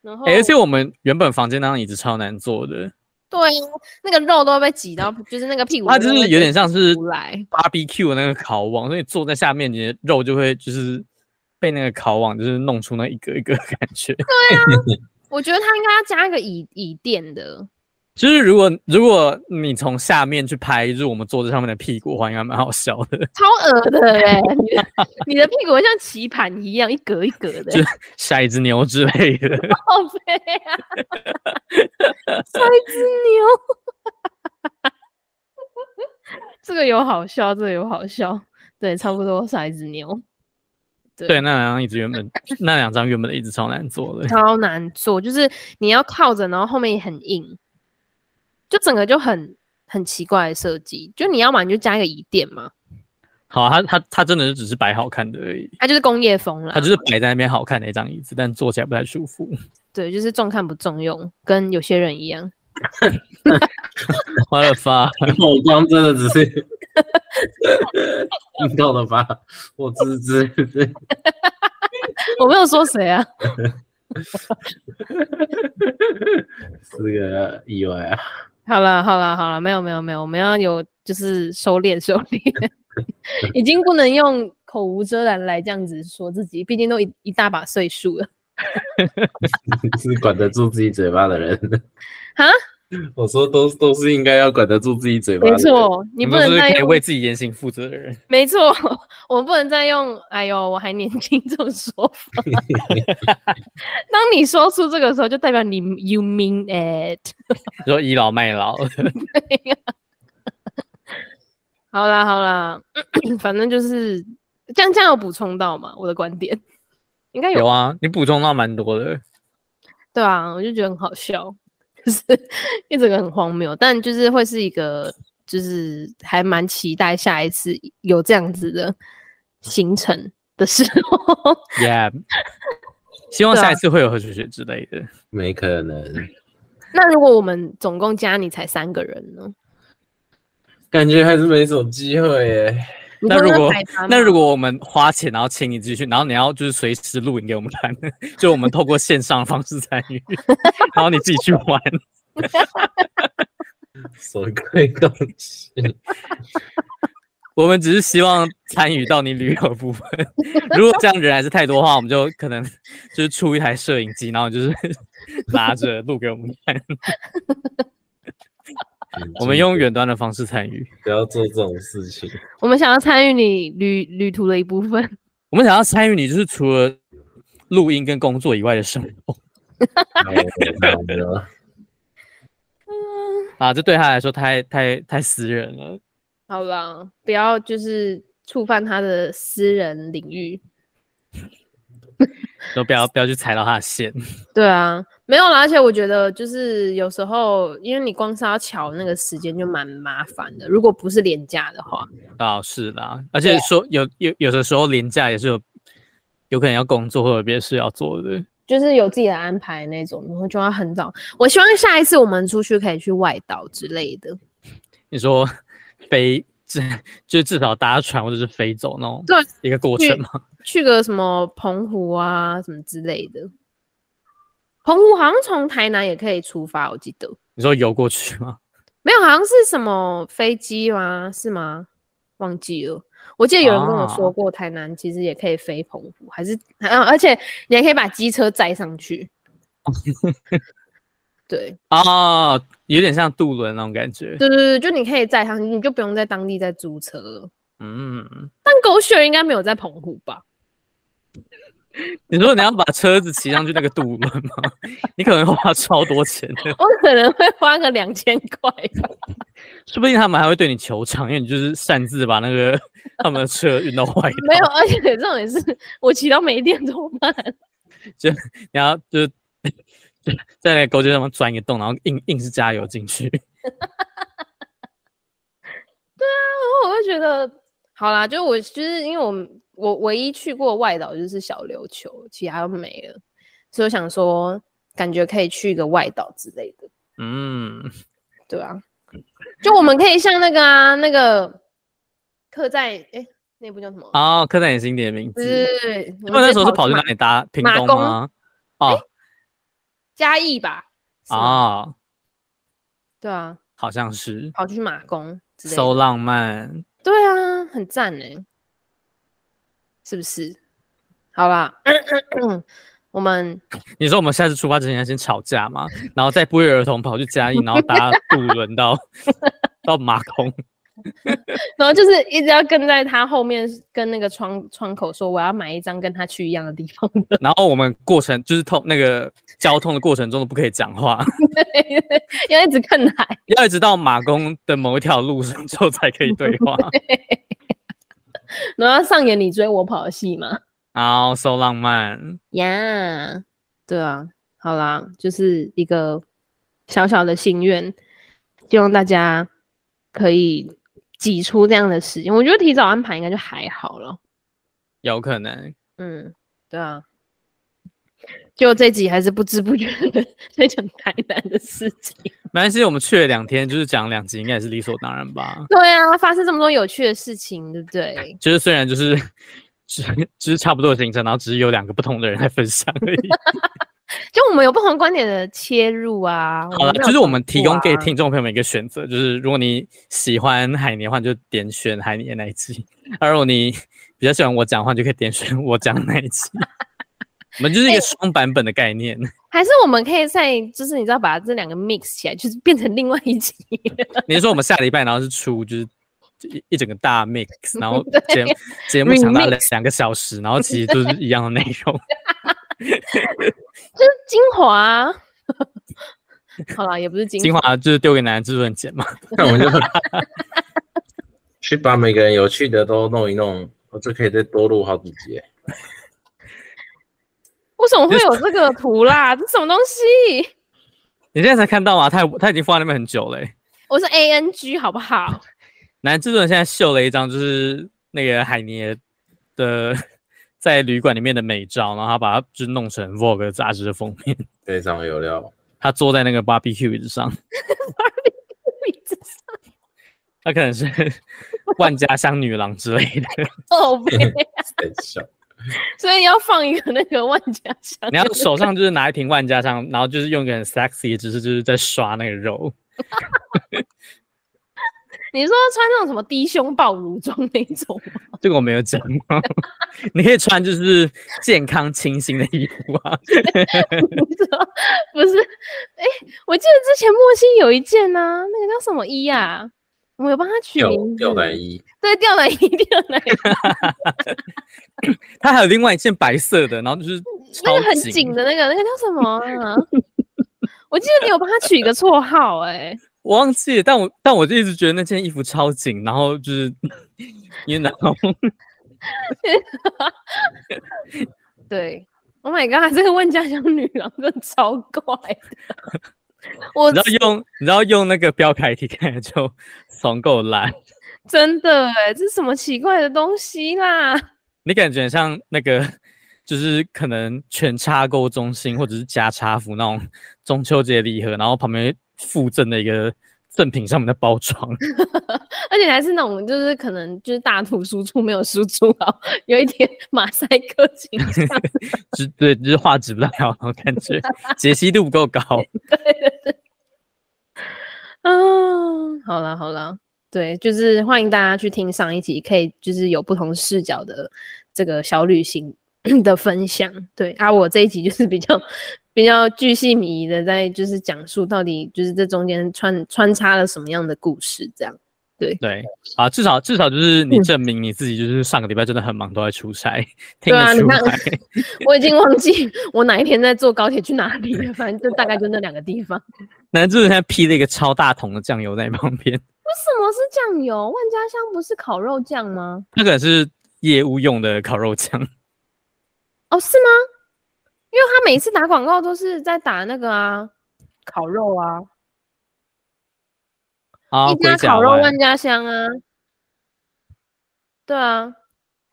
Speaker 3: 然后，
Speaker 2: 欸而且我们原本房间那张椅子超难坐的，
Speaker 3: 对啊，那个肉都会被挤到，就是那个屁股，
Speaker 2: 它就是有点像是
Speaker 3: 出来。
Speaker 2: barbecue 的那个烤网，所以坐在下面，你的肉就会就是被那个烤网就是弄出那一个一个的感觉。 *laughs*
Speaker 3: 我觉得他应该要加一个椅椅垫的，
Speaker 2: 就是如果如果你从下面去拍，就是我们坐在上面的屁股的话，应该蛮好笑的。 *laughs*
Speaker 3: 超恶的哎、你的你的屁股像棋盘一样一格一格的、
Speaker 2: 就下一只牛之类的，
Speaker 3: 好肥啊！ *laughs* 摔一只牛， *laughs* 这个有好笑，这个有好笑，对，差不多杀一只牛，
Speaker 2: 对，那两张椅子原本那两张原本的椅子超难坐的，
Speaker 3: 超难做，就是你要靠着，然后后面也很硬，就整个就很很奇怪的设计，就你要么你就加一个椅垫嘛，
Speaker 2: 好，啊它它它真的是只是摆好看的而已，
Speaker 3: 它啊就是工业风啦
Speaker 2: 它，就是摆在那边好看的一张椅子，但坐起来不太舒服。 *laughs*
Speaker 3: 对，就是重看不重用，跟有些人一样，
Speaker 2: 我的发，
Speaker 1: 我光真的只 *laughs* 是你懂了吧？我只只
Speaker 3: 我没有说谁啊，
Speaker 1: *laughs* 是个意外啊！ *laughs*
Speaker 3: 好了好了好了，没有没有没有，我们要有就是收敛收敛， *laughs* 已经不能用口无遮拦来这样子说自己，毕竟都一一大把岁数了。
Speaker 1: 是管得住自己嘴巴的人
Speaker 3: 啊！
Speaker 1: *laughs* 我说都都是应该要管得住自己嘴巴的
Speaker 3: 没
Speaker 1: 人。
Speaker 3: 错，你
Speaker 2: 啊你
Speaker 3: 不
Speaker 2: 们
Speaker 3: 能
Speaker 2: 都是
Speaker 3: 再
Speaker 2: 可以
Speaker 3: 用，
Speaker 2: 为自己言行负责的人。
Speaker 3: 没错，我们不能再用“哎呦，我还年轻”这种说法。 *laughs* 当你说出这个时候，就代表你 you mean it。
Speaker 2: 你说倚老卖
Speaker 3: *laughs*
Speaker 2: 老，
Speaker 3: 哎好啦好啦， *coughs* 反正就是这样，这样有补充到嘛？我的观点应该有
Speaker 2: 有啊，你补充到蛮多的。
Speaker 3: 对啊，我就觉得很好笑， *laughs* 就是一整个很荒谬，但就是会是一个，就是还蛮期待下一次有这样子的行程的时候。 *laughs*
Speaker 2: Yeah，希望
Speaker 3: 对啊
Speaker 2: 下一次会有何雪雪之类的。
Speaker 1: 没可能，
Speaker 3: 那如果我们总共加你才三个人呢？
Speaker 1: 感觉还是没什么机会耶。
Speaker 3: 你
Speaker 2: 那
Speaker 3: 说
Speaker 2: 如果
Speaker 3: 百搭
Speaker 2: 那
Speaker 3: 吗
Speaker 2: 如果我们花钱然后请你继续，然后你要就是随时录影给我们看， *laughs* 就我们透过线上的方式参与， *laughs* 然后你自己去玩。
Speaker 1: *laughs* 什么鬼东西？
Speaker 2: 我们只是希望参与到你旅游的部分。 *laughs* 如果这样人还是太多的话，我们就可能就是出一台摄影机，然后就是 *laughs* 拿着录给我们看。我们用远端的方式参与。
Speaker 1: 不要做这种事情。
Speaker 3: 我们想要参与你旅旅途的一部分， *laughs*
Speaker 2: 我们想要参与你，就是除了录音跟工作以外的生活
Speaker 1: 好的
Speaker 2: 啊，这对他来说太太太私人了。
Speaker 3: 好啦，不要就是触犯他的私人领域。
Speaker 2: 都不要不要去踩到他的线。
Speaker 3: 对啊，没有啦，而且我觉得就是有时候，因为你光是要瞧那个时间就蛮麻烦的，如果不是廉价的话，
Speaker 2: 啊，是啦，而且说有有有的时候廉价也是有，有可能要工作或者别的事要做的。
Speaker 3: 就是有自己的安排那种，然后就要很早。我希望下一次我们出去可以去外岛之类的，
Speaker 2: 你说 *laughs* 飞至就是至少搭船或者是飞走那种
Speaker 3: 对，
Speaker 2: 一个过程嘛，
Speaker 3: 去个什么澎湖啊什么之类的。澎湖好像从台南也可以出发，我记得
Speaker 2: 你说游过去吗？
Speaker 3: 没有，好像是什么飞机吗？是吗？忘记了。我记得有人跟我说
Speaker 2: 啊
Speaker 3: 过，台南其实也可以飞澎湖，还是 *laughs* 啊，而且你还可以把机车载上去。对
Speaker 2: 啊，有点像渡轮那种感觉。
Speaker 3: 对对对，就你可以载上去，你就不用在当地再租车了。
Speaker 2: 嗯，
Speaker 3: 但狗血应该没有在澎湖吧？
Speaker 2: 你说你要把车子骑上去那个渡轮吗？ *laughs* 你可能花超多钱的，
Speaker 3: 我可能会花个两千块吧。
Speaker 2: 说不定他们还会对你求偿，因为你就是擅自把那个他们的车运到外
Speaker 3: 没有，
Speaker 2: 头，
Speaker 3: 而且这种也是我骑到没电怎么办？
Speaker 2: 然后就是 *laughs* 在那个沟渠上面钻一个洞，然后硬硬是加油进去。
Speaker 3: 然后我就觉得，好啦，就我就是因为我们我唯一去过外岛就是小琉球，其他都没了，所以我想说，感觉可以去一个外岛之类的，
Speaker 2: 嗯，
Speaker 3: 对啊，就我们可以像那个啊，那个刻在哎、那部叫什么？
Speaker 2: 哦，刻在你心底的名
Speaker 3: 就
Speaker 2: 字。
Speaker 3: 是我
Speaker 2: 他
Speaker 3: 们
Speaker 2: 们那时候是跑去
Speaker 3: 去
Speaker 2: 哪
Speaker 3: 马
Speaker 2: 里搭？屏
Speaker 3: 马
Speaker 2: 东
Speaker 3: 公
Speaker 2: 吗？哦
Speaker 3: 嘉义吧？是吗，
Speaker 2: 哦，
Speaker 3: 对啊，
Speaker 2: 好像是，
Speaker 3: 跑去马公之类的。
Speaker 2: so 浪漫。
Speaker 3: 对啊，很赞呢，是不是？好啦， *coughs* 我们
Speaker 2: 你说我们下次出发之前要先吵架嘛，然后再不约而同跑去嘉义，然后搭渡轮
Speaker 3: *laughs*
Speaker 2: 到到马公，
Speaker 3: 然后就是一直要跟在他后面，跟那个窗窗口说我要买一张跟他去一样的地方的，
Speaker 2: 然后我们过程就是通那个交通的过程中都不可以讲话，
Speaker 3: 要一直看海。
Speaker 2: 要一直到马公的某一条路上之后才可以对话，
Speaker 3: 然后要上演你追我跑的戏嘛。
Speaker 2: 然后 so 浪漫，
Speaker 3: 呀对啊，好啦，就是一个小小的心愿，希望大家可以挤出这样的时间。我觉得提早安排应该就还好了。
Speaker 2: 有可能
Speaker 3: 嗯，对啊。就这集还是不知不觉的 *laughs* 在讲台南的事情。
Speaker 2: 没关系，我们去了两天，就是讲两集，应该也是理所当然吧。
Speaker 3: *laughs* 对啊，发生这么多有趣的事情，对不对？
Speaker 2: 就是虽然就是 *laughs* 只就是差不多的行程，然后只是有两个不同的人在分享而
Speaker 3: *laughs*
Speaker 2: 已。
Speaker 3: 就我们有不同观点的切入啊。
Speaker 2: 好了，
Speaker 3: 没有
Speaker 2: 就是我们
Speaker 3: 重
Speaker 2: 提
Speaker 3: 复
Speaker 2: 供给
Speaker 3: 啊
Speaker 2: 听众朋友们一个选择，就是如果你喜欢海年的话，你就点选海年那一集；而如果你比较喜欢我讲的话，你就可以点选我讲的那一集。我们
Speaker 3: 哎
Speaker 2: 就是一个双版本的概
Speaker 3: *laughs*
Speaker 2: 念，
Speaker 3: 还是我们可以再，就是你知道，把这两个 mix 起来，就是变成另外一集。
Speaker 2: 你是说我们下礼拜然后是出就是一一整个大
Speaker 3: *laughs*
Speaker 2: mix，然后节
Speaker 3: 对
Speaker 2: 节目长达
Speaker 3: Remix
Speaker 2: 两两个小时，然后其实都是一样的内容。
Speaker 3: 就是精华啊、好啦，也不是 *laughs* 精
Speaker 2: 精华就是丢给男制作人剪嘛，
Speaker 1: 那我们就去把每个人有趣的都弄一弄，我就可以再多录好几集。
Speaker 3: 为什么会有这个图啦？这什么东西？
Speaker 2: 你现在才看到吗？他他已经放在那边很久了欸、
Speaker 3: 我是 A N G 好不好？
Speaker 2: 男制作人现在秀了一张，就是那个海尼的在旅馆里面的美照，然后他把它就是弄成 Vogue 杂志的封面。
Speaker 1: 非常有料，
Speaker 2: 他坐在那个 barbecue 椅子上，他可能是 *laughs* 万家香女郎之类的。
Speaker 3: 哦呗，
Speaker 2: *laughs*
Speaker 1: 太笑。
Speaker 3: 所以你要放一个那个万家香
Speaker 2: 你要手上就是拿一瓶万家香，然后就是用一个很 sexy 的姿势，就是在刷那个肉。
Speaker 3: 你说穿那种什么低胸暴乳装那一种吗，
Speaker 2: 这个我没有讲吗？ *laughs* 你可以穿就是健康清新的衣服啊。
Speaker 3: 你知道不是？哎、我记得之前莫西有一件呢、啊，那个叫什么衣啊？我有帮他取
Speaker 1: 吊
Speaker 3: 名
Speaker 1: 吊
Speaker 3: 字
Speaker 1: 带衣，
Speaker 3: 对，吊奶衣，吊奶衣，
Speaker 2: 他还有另外一件白色的，然后就是
Speaker 3: 那个
Speaker 2: 超
Speaker 3: 很紧的那个，那个叫什么啊？我记得你有帮他取一个绰号、哎，
Speaker 2: 我忘记了，但我但我就一直觉得那件衣服超紧，然后就是，you know，
Speaker 3: 对，Oh my god，这个万家香女郎真的超怪的，我
Speaker 2: *laughs* 你知道用你知道用那个标楷体看起来就 *laughs* 爽够烂，
Speaker 3: 真的哎、这是什么奇怪的东西啦？
Speaker 2: 你感觉很像那个就是可能全插购中心或者是加差服那种中秋节礼盒，然后旁边附赠的一个赠品上面的包装，
Speaker 3: 而且还是那种就是可能就是大图输出没有输出好，有一点马赛克倾向，
Speaker 2: 只对就是画质不太好，我感觉解析度不够高。
Speaker 3: 嗯，好啦好啦，对，就是欢迎大家去听上一集，可以就是有不同视角的这个小旅行 *coughs* 的分享。对啊，我这一集就是比较比较巨细靡遗的在就是讲述到底就是这中间穿穿插了什么样的故事，这样。
Speaker 2: 对啊，至少至少就是你
Speaker 3: 嗯
Speaker 2: 证明你自己，就是上个礼拜真的很忙，都在出差，听
Speaker 3: 对啊
Speaker 2: 得
Speaker 3: 你
Speaker 2: 出来
Speaker 3: 看。我已经忘 *laughs* 记我哪一天在坐高铁去哪里了，反正就大概就那两个地方。
Speaker 2: 男主人现在披了一个超大桶的酱油在旁边，
Speaker 3: 为什么是酱油？万家香不是烤肉酱吗？
Speaker 2: 那个是业务用的烤肉酱，
Speaker 3: 哦，是吗？因为他每一次打广告都是在打那个啊，烤肉啊，
Speaker 2: 啊，
Speaker 3: 一家
Speaker 2: 龟
Speaker 3: 烤
Speaker 2: 甲
Speaker 3: 肉
Speaker 2: 湾
Speaker 3: 万家香啊。对啊，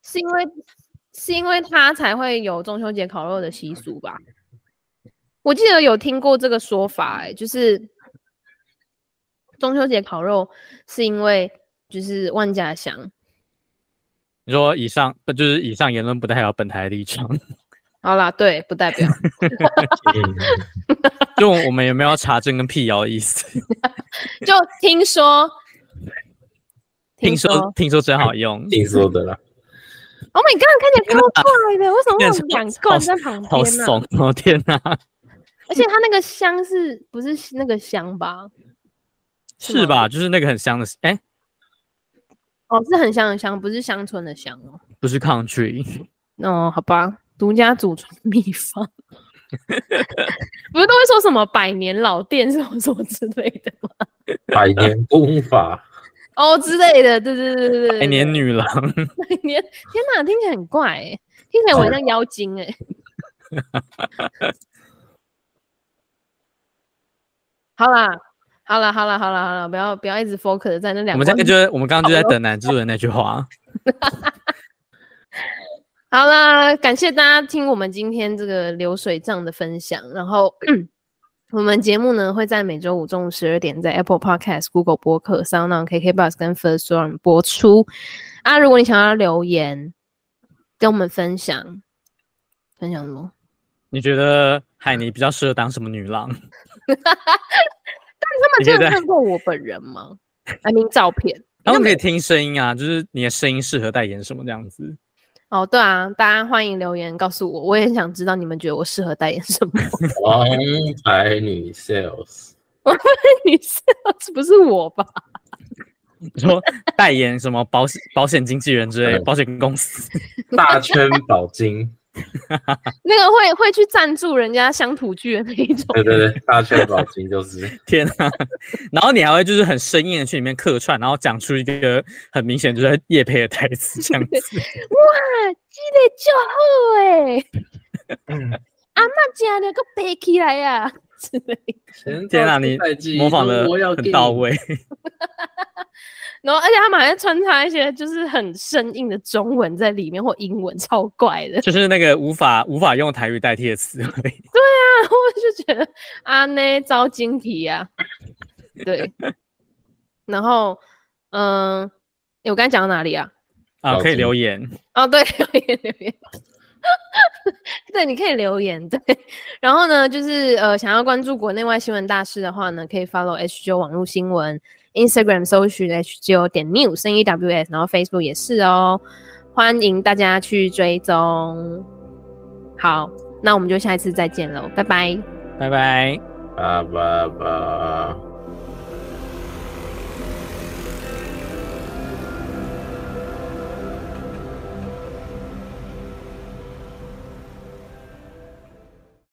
Speaker 3: 是因为是因为他才会有中秋节烤肉的习俗吧？我记得有听过这个说法、欸，就是中秋节烤肉是因为就是万家香，
Speaker 2: 你说以上不就是以上言论不代表本台立场，
Speaker 3: 好啦，对，不代表
Speaker 2: 就我们有没有查证跟辟谣的意思？ *laughs*
Speaker 3: 就听说，
Speaker 2: 听说听说真好用，
Speaker 1: 听说的啦，
Speaker 3: Oh my god，看起来
Speaker 2: 天
Speaker 3: 超
Speaker 2: 哪
Speaker 3: 怪的，为什么会
Speaker 2: 看
Speaker 3: 有
Speaker 2: 起来
Speaker 3: 两
Speaker 2: 好
Speaker 3: 罐在旁
Speaker 2: 好
Speaker 3: 边呢、
Speaker 2: 怂哦！天哪，
Speaker 3: 而且它那个香是不是那个香吧？是
Speaker 2: 是
Speaker 3: 吗
Speaker 2: 吧？就是那个很香的，哎、
Speaker 3: 哦，是很香的香，不是乡村的香哦。
Speaker 2: 不是 country，
Speaker 3: 哦，好吧，独家祖传秘方， *laughs* 不是都会说什么百年老店什么什么之类的吗？
Speaker 1: 百年功法，
Speaker 3: 哦之类的，对对对对对，
Speaker 2: 百年
Speaker 3: 女，
Speaker 2: 哎女郎，
Speaker 3: 百年，天哪，听起来很怪哎、听起来我很像妖精哎、好啦，好啦，好啦，好啦，好啦，不要不要一直 focus 在那
Speaker 2: 我
Speaker 3: 两
Speaker 2: 们现
Speaker 3: 罐。
Speaker 2: 在就我们刚刚就在等男主人那句话。
Speaker 3: 好啦，感谢大家听我们今天这个流水账的分享。然后，我们节目呢会在每周五中午十二点在 Apple Podcast、Google 播客、SoundOn、KKBox 跟 First Story 播出。啊，如果你想要留言跟我们分享，分享什么？
Speaker 2: 你觉得海尼比较适合当什么女郎？
Speaker 3: 他
Speaker 2: 你
Speaker 3: 们
Speaker 2: 可以
Speaker 3: 真的
Speaker 2: 在
Speaker 3: 看过我本人吗？还明照片？
Speaker 2: 然后可以听声音啊，就是你的声音适合代言什么这样子。
Speaker 3: 哦，对啊，大家欢迎留言告诉我，我也很想知道你们觉得我适合代言什么。 *laughs*
Speaker 1: 王牌女 sales，
Speaker 3: 你是不是我吧？
Speaker 2: 你说代言什么保险保险经纪人之类，
Speaker 1: 嗯
Speaker 2: 保险公司 *laughs*
Speaker 1: 大圈宝金，
Speaker 3: 那个会会去赞助人家乡土剧的那一种。
Speaker 1: 对对对，大圈宝金就是
Speaker 2: 天啊！然后你还会就是很生硬的去里面客串，然后讲出一个很明显就是叶配的台词这样子。
Speaker 1: *laughs*
Speaker 3: 哇，记得就好哎，
Speaker 1: 嗯
Speaker 3: 阿妈家的个背起来呀、啊、之类的。
Speaker 1: 前
Speaker 2: 天啊，
Speaker 1: 啊，
Speaker 2: 你
Speaker 1: 赛季
Speaker 2: 模仿的
Speaker 1: 我要
Speaker 2: 很到，位。 *laughs*
Speaker 3: 然后，而且他们还会穿插一些就是很生硬的中文在里面或英文，超怪的。
Speaker 2: 就是那个无法无法用台语代替的词汇。
Speaker 1: *laughs*
Speaker 3: 然后我就觉得啊呢招晶体呀、啊，对。然后，嗯、诶我刚才讲到哪里啊？
Speaker 2: 啊，
Speaker 1: 好
Speaker 2: 可以
Speaker 1: 听
Speaker 2: 留言。
Speaker 3: 哦，对，留言留言， *laughs* 对，你可以留言，对。然后呢，就是呃，想要关注国内外新闻大事的话呢，可以 follow H 九网络新闻，Instagram 搜寻 H 九点 news n e w s，然后 Facebook 也是哦，欢迎大家去追踪。好，那我们就下一次再见喽，拜拜。
Speaker 2: 拜拜。
Speaker 1: 拜拜拜。